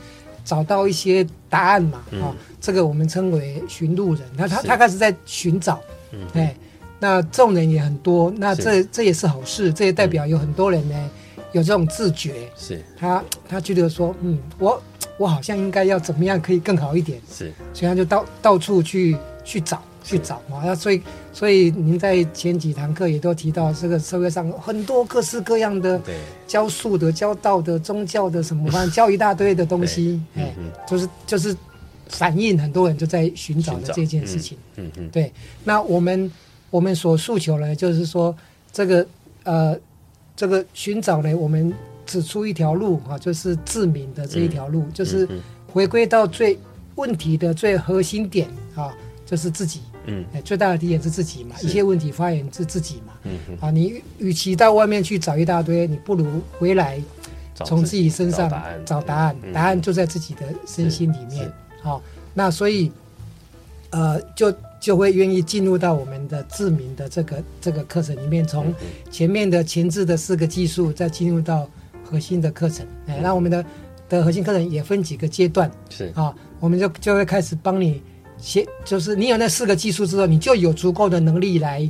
Speaker 2: 找到一些答案嘛，啊、哦，这个我们称为寻路人，他他
Speaker 1: 嗯是
Speaker 2: 他开始在寻找，
Speaker 1: 嗯哼
Speaker 2: 哎，那这种人也很多，那
Speaker 1: 是
Speaker 2: 这这也是好事，这也代表有很多人呢有这种自觉，
Speaker 1: 是
Speaker 2: 他他觉得说，嗯，我我好像应该要怎么样可以更好一点，
Speaker 1: 是，
Speaker 2: 所以他就到到处去去找去找啊。那所以所以您在前几堂课也都提到，这个社会上很多各式各样的
Speaker 1: 对。
Speaker 2: 教术的、教道的、宗教的什么，反 正教一大堆的东西，
Speaker 1: 对
Speaker 2: 哎
Speaker 1: 嗯，
Speaker 2: 就是就是反映很多人就在寻找
Speaker 1: 寻
Speaker 2: 的
Speaker 1: 找
Speaker 2: 这件事情。
Speaker 1: 嗯哼，
Speaker 2: 对，那我们我们所诉求呢，就是说这个呃这个寻找呢，我们指出一条路啊，就是自明的这一条
Speaker 1: 嗯
Speaker 2: 路，就是回归到最问题的最核心点啊，就是自己。
Speaker 1: 嗯
Speaker 2: 哎，最大的敌人是自己嘛，
Speaker 1: 是
Speaker 2: 一切问题发源自自己嘛。
Speaker 1: 嗯哼，
Speaker 2: 啊，你与其到外面去找一大堆，你不如回来
Speaker 1: 找
Speaker 2: 从自己身上
Speaker 1: 找答案，
Speaker 2: 找答案，
Speaker 1: 嗯
Speaker 2: 答案就在自己的身心里
Speaker 1: 是
Speaker 2: 面
Speaker 1: 是。
Speaker 2: 好、那所以，呃，就就会愿意进入到我们的自明的这个这个课程里面，
Speaker 1: 嗯
Speaker 2: 从前面的前置的四个技术，再进入到核心的课程。哎，
Speaker 1: 嗯
Speaker 2: 那我们的的核心课程也分几个阶段
Speaker 1: 是
Speaker 2: 啊，我们就就会开始帮你写，就是你有那四个技术之后，你就有足够的能力来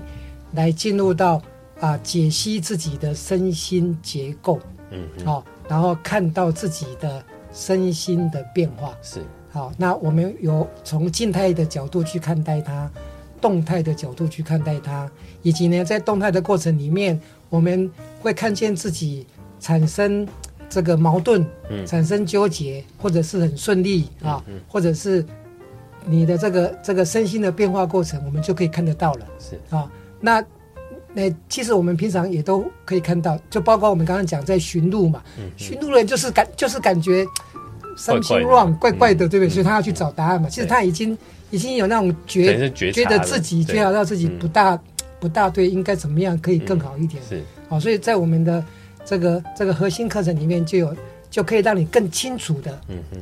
Speaker 2: 来进入到啊解析自己的身心结构。
Speaker 1: 嗯哼，
Speaker 2: 好、哦然后看到自己的身心的变化。
Speaker 1: 是
Speaker 2: 好、那我们有从静态的角度去看待它，动态的角度去看待它，以及呢，在动态的过程里面，我们会看见自己产生这个矛盾，
Speaker 1: 嗯
Speaker 2: 产生纠结，或者是很顺利啊，或者是你的这个这个身心的变化过程，我们就可以看得到了。
Speaker 1: 是
Speaker 2: 啊。那那、其实我们平常也都可以看到，就包括我们刚刚讲在巡路嘛，
Speaker 1: 嗯
Speaker 2: 巡路人就是感就是感觉 something
Speaker 1: 的
Speaker 2: wrong 怪怪的，
Speaker 1: 嗯
Speaker 2: 对不对？
Speaker 1: 嗯
Speaker 2: 所以他要去找答案嘛。其实他已经已经有那种
Speaker 1: 等于是
Speaker 2: 觉
Speaker 1: 觉
Speaker 2: 觉
Speaker 1: 察
Speaker 2: 得
Speaker 1: 了
Speaker 2: 自己
Speaker 1: 对
Speaker 2: 觉察到自己
Speaker 1: 嗯
Speaker 2: 不大不大对，应该怎么样可以更好一点。
Speaker 1: 是
Speaker 2: 好，所以在我们的这个这个核心课程里面就有就可以让你更清楚的、
Speaker 1: 嗯嗯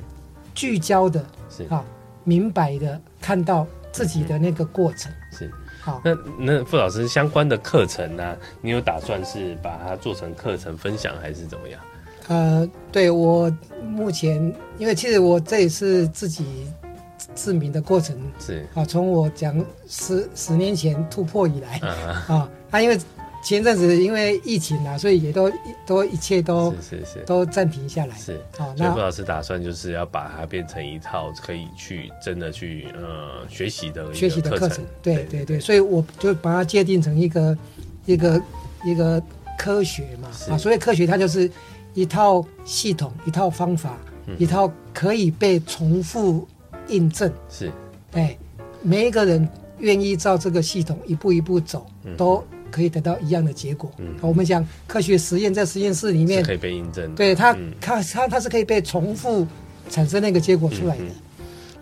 Speaker 2: 聚焦的
Speaker 1: 是嗯
Speaker 2: 啊、明白的看到自己的那个过程。
Speaker 1: 是。
Speaker 2: 好，
Speaker 1: 那那傅老师相关的课程呢、你有打算是把它做成课程分享，还是怎么样？
Speaker 2: 呃，对我目前，因为其实我这也是自己自自明的过程
Speaker 1: 是
Speaker 2: 啊，从我讲十十年前突破以来
Speaker 1: 啊，
Speaker 2: 啊，啊，因为前阵子因为疫情啊，所以也都都一切都
Speaker 1: 是是是
Speaker 2: 都暂停下来
Speaker 1: 是。
Speaker 2: 啊。
Speaker 1: 所以
Speaker 2: 哦那
Speaker 1: 傅老师打算就是要把它变成一套可以去真的去呃学习的一个
Speaker 2: 学习的课
Speaker 1: 课
Speaker 2: 程
Speaker 1: 程，，
Speaker 2: 对对对，所以我就把它界定成一个一个一个科学嘛
Speaker 1: 是
Speaker 2: 啊，所以科学它就是一套系统、一套方法、
Speaker 1: 嗯
Speaker 2: 一套可以被重复印证，
Speaker 1: 是
Speaker 2: 哎，每一个人愿意照这个系统一步一步走，都可以得到一样的结果。
Speaker 1: 嗯
Speaker 2: 好我们讲科学实验在实验室里
Speaker 1: 是
Speaker 2: 面
Speaker 1: 可，以被印证的。
Speaker 2: 对它
Speaker 1: 嗯
Speaker 2: 它它它是可以被重复产生那个结果出来的。
Speaker 1: 嗯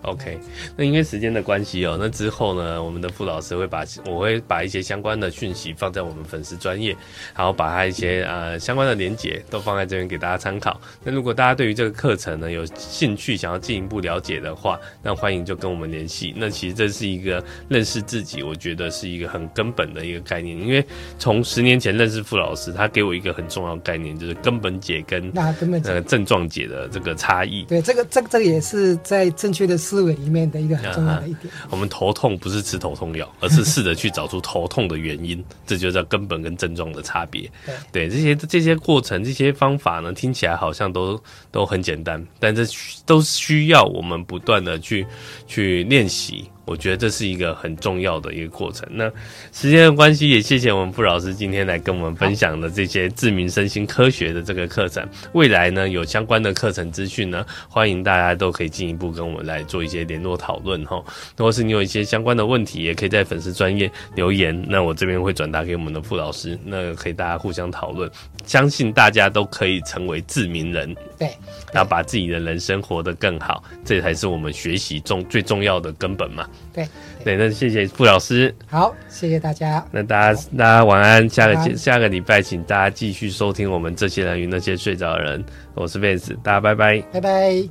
Speaker 1: OK，那因为时间的关系哦，那之后呢，我们的傅老师会把我会把一些相关的讯息放在我们粉丝专业，然后把它一些呃相关的连结都放在这边给大家参考。那如果大家对于这个课程呢有兴趣，想要进一步了解的话，那欢迎就跟我们联系。那其实这是一个认识自己，我觉得是一个很根本的一个概念，因为从十年前认识傅老师，他给我一个很重要的概念，就是根本解跟
Speaker 2: 那根本就
Speaker 1: 呃症状解的这个差异。
Speaker 2: 对，这个这个这个也是在正确的思维里面的一个很重要的一点。
Speaker 1: 我们头痛不是吃头痛药，而是试着去找出头痛的原因，这就叫根本跟症状的差别。对这些这些过程、这些方法呢，听起来好像都都很简单，但这需都需要我们不断的去去练习。我觉得这是一个很重要的一个过程。那时间的关系，也谢谢我们傅老师今天来跟我们分享的这些自民身心科学的这个课程。未来呢，有相关的课程资讯呢，欢迎大家都可以进一步跟我们来做一些联络讨论哈。或是你有一些相关的问题，也可以在粉丝专业留言，那我这边会转达给我们的傅老师，那可以大家互相讨论。相信大家都可以成为自明人，
Speaker 2: 对，
Speaker 1: 然后把自己的人生活得更好，这才是我们学习中最重要的根本嘛。
Speaker 2: 对对，
Speaker 1: 对，那谢谢傅老师，
Speaker 2: 好，谢谢大家。
Speaker 1: 那大家大家晚安，下
Speaker 2: 晚
Speaker 1: 个
Speaker 2: 安
Speaker 1: 下个礼拜请大家继续收听我们这些人与那些睡着的人，我是 Vance，大家拜拜。
Speaker 2: 拜拜。